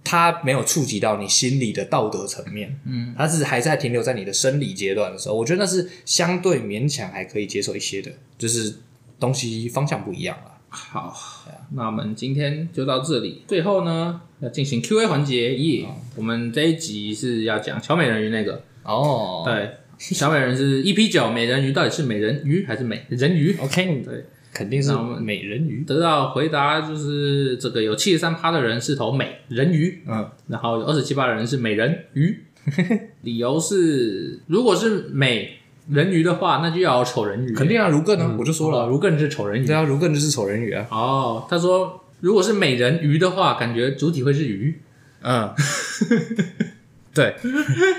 Speaker 2: 它没有触及到你心理的道德层面，嗯，它是还在停留在你的生理阶段的时候，我觉得那是相对勉强还可以接受一些的，就是东西方向不一样了。
Speaker 1: 好，那我们今天就到这里。最后呢，要进行 Q&A 环节。耶、我们这一集是要讲小美人鱼那个。
Speaker 2: 哦
Speaker 1: 对，小美人是 EP 九，美人鱼到底是美人鱼还是美人鱼？
Speaker 2: ，OK，
Speaker 1: 对，
Speaker 2: 肯定是
Speaker 1: 那我们
Speaker 2: 美人鱼，
Speaker 1: 得到回答就是这个有七十三趴的人是投美人鱼，
Speaker 2: 嗯，
Speaker 1: 然后有二十七趴的人是美人鱼， 理由是如果是美人鱼的话，那就要有丑人鱼，
Speaker 2: 肯定啊，如更呢、我就说了，
Speaker 1: 哦如更是丑人鱼
Speaker 2: 对。啊，如更就是丑人鱼啊，
Speaker 1: 哦，他说如果是美人鱼的话，感觉主体会是鱼，
Speaker 2: 嗯， 对，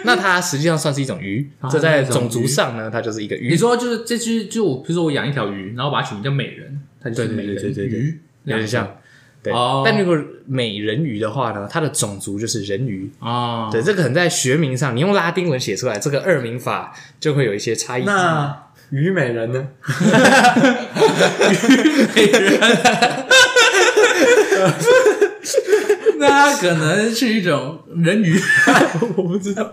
Speaker 2: 那它实际上算是一种鱼
Speaker 1: 啊，
Speaker 2: 这在
Speaker 1: 那种
Speaker 2: 种
Speaker 1: 鱼
Speaker 2: 族上呢，它就是一个
Speaker 1: 你
Speaker 2: 鱼。
Speaker 1: 说就是这只就我，比如说我养一条鱼，然后把它取名叫美人，它就是美
Speaker 2: 对对
Speaker 1: 人
Speaker 2: 对对对
Speaker 1: 鱼，
Speaker 2: 有点像。对
Speaker 1: 哦，
Speaker 2: 但如果美人鱼的话呢，它的种族就是人鱼。
Speaker 1: 啊。
Speaker 2: 对，这个可能在学名上，你用拉丁文写出来，这个二名法就会有一些差异。
Speaker 3: 那虞美人呢？
Speaker 1: 美人，那可能是一种人 鱼，我不知道，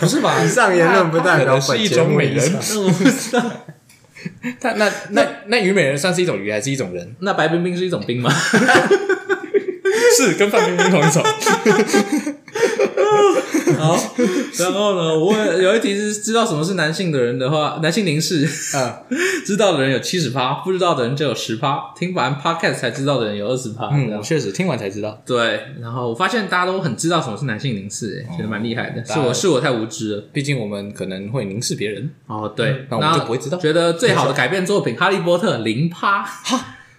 Speaker 2: 不是吧
Speaker 3: 以上言论不代表 本
Speaker 2: 是一
Speaker 3: 节
Speaker 2: 种
Speaker 3: 目
Speaker 2: 美
Speaker 3: 立
Speaker 2: 人
Speaker 3: 场。。
Speaker 1: 我不知道。
Speaker 2: 它那那那鱼美人算是一种鱼还是一种人？
Speaker 1: 那白冰冰是一种冰吗？
Speaker 2: 是跟范冰冰同一 种。
Speaker 1: 好，哦然后呢，我有一题是知道什么是男性的人的话， 男性凝视，
Speaker 2: 嗯
Speaker 1: 知道的人有七十趴，不知道的人只有十趴，听完 podcast 才知道的人有二十趴，这
Speaker 2: 嗯，
Speaker 1: 样
Speaker 2: 确实听完才知道。
Speaker 1: 对，然后我发现大家都很知道什么是男性凝视、欸，觉得蛮厉害的。
Speaker 2: 哦大
Speaker 1: 是
Speaker 2: 家
Speaker 1: 我是我太无知了。
Speaker 2: 毕竟我们可能会凝视别人。
Speaker 1: 哦，对，
Speaker 2: 嗯那我们就不会知道
Speaker 1: 觉得最好的改编作品《哈利波特》零趴，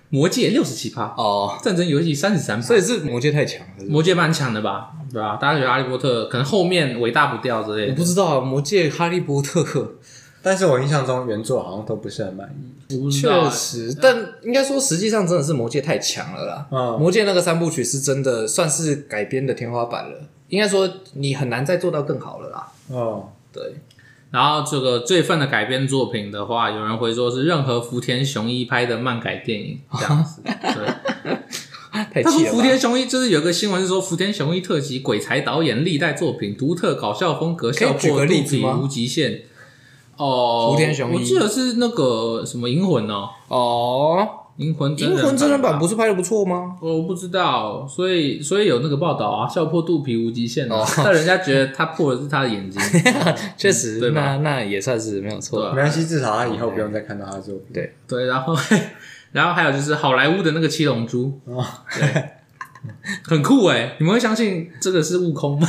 Speaker 1: 魔戒六十七趴，
Speaker 2: 哦，
Speaker 1: 战争游戏三十三趴
Speaker 2: 所。以是魔界太强了。
Speaker 1: 魔戒蛮强的吧？对吧、大家觉得《哈利波特》可能后面伟大不掉之类
Speaker 2: 我
Speaker 1: 的
Speaker 2: 不，知道啊，魔界哈利波特
Speaker 3: 但是我印象中原作好像都不是很满意。
Speaker 1: 我不知道
Speaker 2: 确
Speaker 1: 啊。
Speaker 2: 实，但应该说实际上真的是魔界太强了啦。
Speaker 3: 嗯
Speaker 2: 魔界那个三部曲是真的算是改编的天花板了，应该说你很难再做到更好了啦。
Speaker 3: 哦，
Speaker 2: 对，
Speaker 1: 然后这个最愤的改编作品的话，有人会说是任何福田雄一拍的漫改电 影这样子。对，
Speaker 2: 太
Speaker 1: 啊他说
Speaker 2: 气了
Speaker 1: 福
Speaker 2: 吧。
Speaker 1: 田雄一就是有个新闻是说福田雄一特辑鬼才导演历代作品独特搞笑风格，
Speaker 2: 可以
Speaker 1: 笑
Speaker 2: 举
Speaker 1: 破
Speaker 2: 个
Speaker 1: 肚
Speaker 2: 例子
Speaker 1: 皮
Speaker 2: 吗
Speaker 1: 无极限。哦，
Speaker 2: 福田雄一
Speaker 1: 我记得是那个什么银魂哦，
Speaker 2: 哦，
Speaker 1: 银魂
Speaker 2: 银魂真
Speaker 1: 真
Speaker 2: 人版
Speaker 1: 不？
Speaker 2: 不是拍的不错吗？
Speaker 1: 我不知道，所以所以有那个报道啊，笑破肚皮无极限啊
Speaker 2: 哦，
Speaker 1: 但人家觉得他破的是他的眼 睛，
Speaker 2: 确实，
Speaker 1: 对吧
Speaker 2: 那那也算是没有
Speaker 1: 对
Speaker 2: 错
Speaker 1: 啊。
Speaker 3: 没关系，至少他以后不用再看到他的作品。
Speaker 2: 对，
Speaker 1: 对，然后然后还有就是好莱坞的那个七龙珠，
Speaker 3: 哦
Speaker 1: 对，很酷哎，你们会相信这个是悟空吗？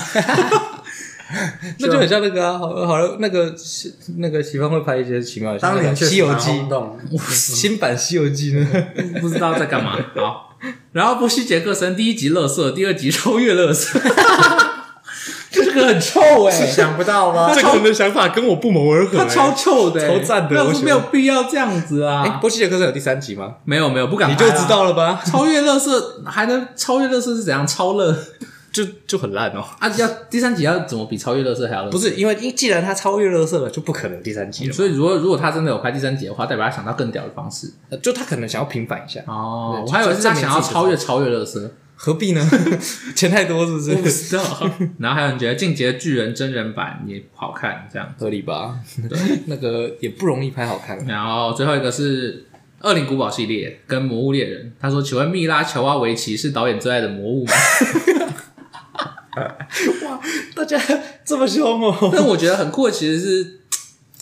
Speaker 2: 那就很像那个啊，好好了，那个西那个喜欢会拍一些奇妙的，像
Speaker 3: 当
Speaker 2: 那
Speaker 3: 年
Speaker 2: 个
Speaker 3: 确
Speaker 2: 西
Speaker 3: 实
Speaker 2: 游
Speaker 3: 蛮
Speaker 2: 记》
Speaker 3: 轰动。
Speaker 2: 新版《西游记》呢？
Speaker 1: 不知道在干嘛。好，然后波西·杰克森第一集乐色，第二集超越乐色，就 这个很臭哎、
Speaker 3: 想不 到吗？
Speaker 2: 这个人的想法跟我不谋而合、
Speaker 1: 他
Speaker 2: 欸。
Speaker 1: 超臭的、欸，
Speaker 2: 超赞的
Speaker 1: 那
Speaker 2: 我
Speaker 1: 是
Speaker 2: 喜欢
Speaker 1: 没有必要这样子啊！
Speaker 2: 哎，波西杰克森有第三集吗？
Speaker 1: 没有没有，不敢
Speaker 2: 你
Speaker 1: 拍
Speaker 2: 就
Speaker 1: 啊
Speaker 2: 知道了吧？
Speaker 1: 超越乐色还能超越乐色是怎样超乐
Speaker 2: 就就很烂哦。
Speaker 1: 啊？要第三集要怎么比超越乐色还要乐色
Speaker 2: 不？是因为因既然他超越乐色了，就不可能有第三集了嘛。
Speaker 1: 所以如果如果他真的有拍第三集的话，代表他想到更屌的方式
Speaker 2: 呃就他可能想要平反一下，
Speaker 1: 哦
Speaker 2: 对
Speaker 1: 我还以为是他想要
Speaker 2: 就证明自己的
Speaker 1: 超越超越乐色，
Speaker 2: 何必 呢？钱太多是不
Speaker 1: 我不
Speaker 2: 是？
Speaker 1: 知道。 然后还有你觉得《进阶巨人》真人版也不好看，这样。
Speaker 2: 合理吧？那个也不容易拍好看。
Speaker 1: 然后最后一个是《恶灵古堡》系列跟《魔物猎人》，他说：“请问蜜拉乔瓦维奇是导演最爱的魔物吗？”
Speaker 2: 大家这么凶哦！
Speaker 1: 但我觉得很酷的其实是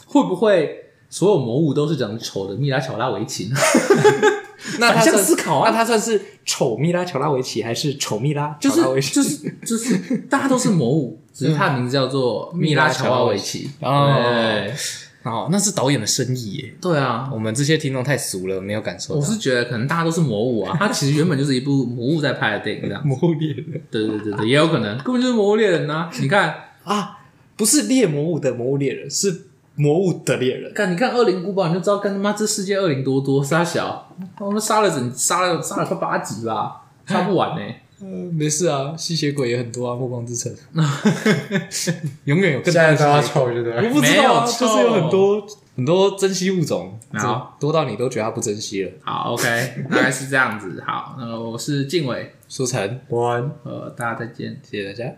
Speaker 1: 会不会所有魔物都是长得丑的蜜拉乔拉维奇呢？
Speaker 2: 那他
Speaker 1: 反向
Speaker 2: 算
Speaker 1: 思考啊
Speaker 2: 那他算是丑蜜拉乔拉维奇还是丑蜜拉
Speaker 1: 就
Speaker 2: 乔拉维
Speaker 1: 是
Speaker 2: 奇？
Speaker 1: 就是就是大家都是魔物，只是他的名字叫做蜜拉乔瓦维奇。
Speaker 2: 蜜拉乔瓦维
Speaker 1: 对
Speaker 2: 哦，那是导演的深意耶。
Speaker 1: 对啊，
Speaker 2: 我们这些听众太俗了，没有感受
Speaker 1: 我
Speaker 2: 到。
Speaker 1: 是觉得可能大家都是魔物啊，它其实原本就是一部魔物在拍的电影，这样。
Speaker 2: 魔猎人
Speaker 1: 对对对对，也有可能根本就是魔物猎人呐、你看，
Speaker 2: 啊，不是猎魔物的魔物猎人，是魔物的猎人。
Speaker 1: 看你看《恶灵古堡》，你就知道干他妈这世界恶灵多多杀小，我们杀了整杀了杀了快八集吧，杀不完呢、
Speaker 2: 呃，没事啊，吸血鬼也很多啊，《暮光之 城》永远有更
Speaker 3: 现
Speaker 2: 大
Speaker 3: 在
Speaker 2: 的吸
Speaker 3: 都要
Speaker 2: 血
Speaker 3: 臭，对不
Speaker 2: 鬼。
Speaker 3: 对？
Speaker 2: 我不知道啊，
Speaker 1: 没有
Speaker 2: 就是有很多很多珍稀物种，
Speaker 1: 好
Speaker 2: 多到你都觉得它不珍惜了。
Speaker 1: 好，OK，大 概是这样子。好，那、我是静伟，
Speaker 2: 舒晨，
Speaker 3: 我
Speaker 1: 呃，大家再见。
Speaker 2: 谢谢大家。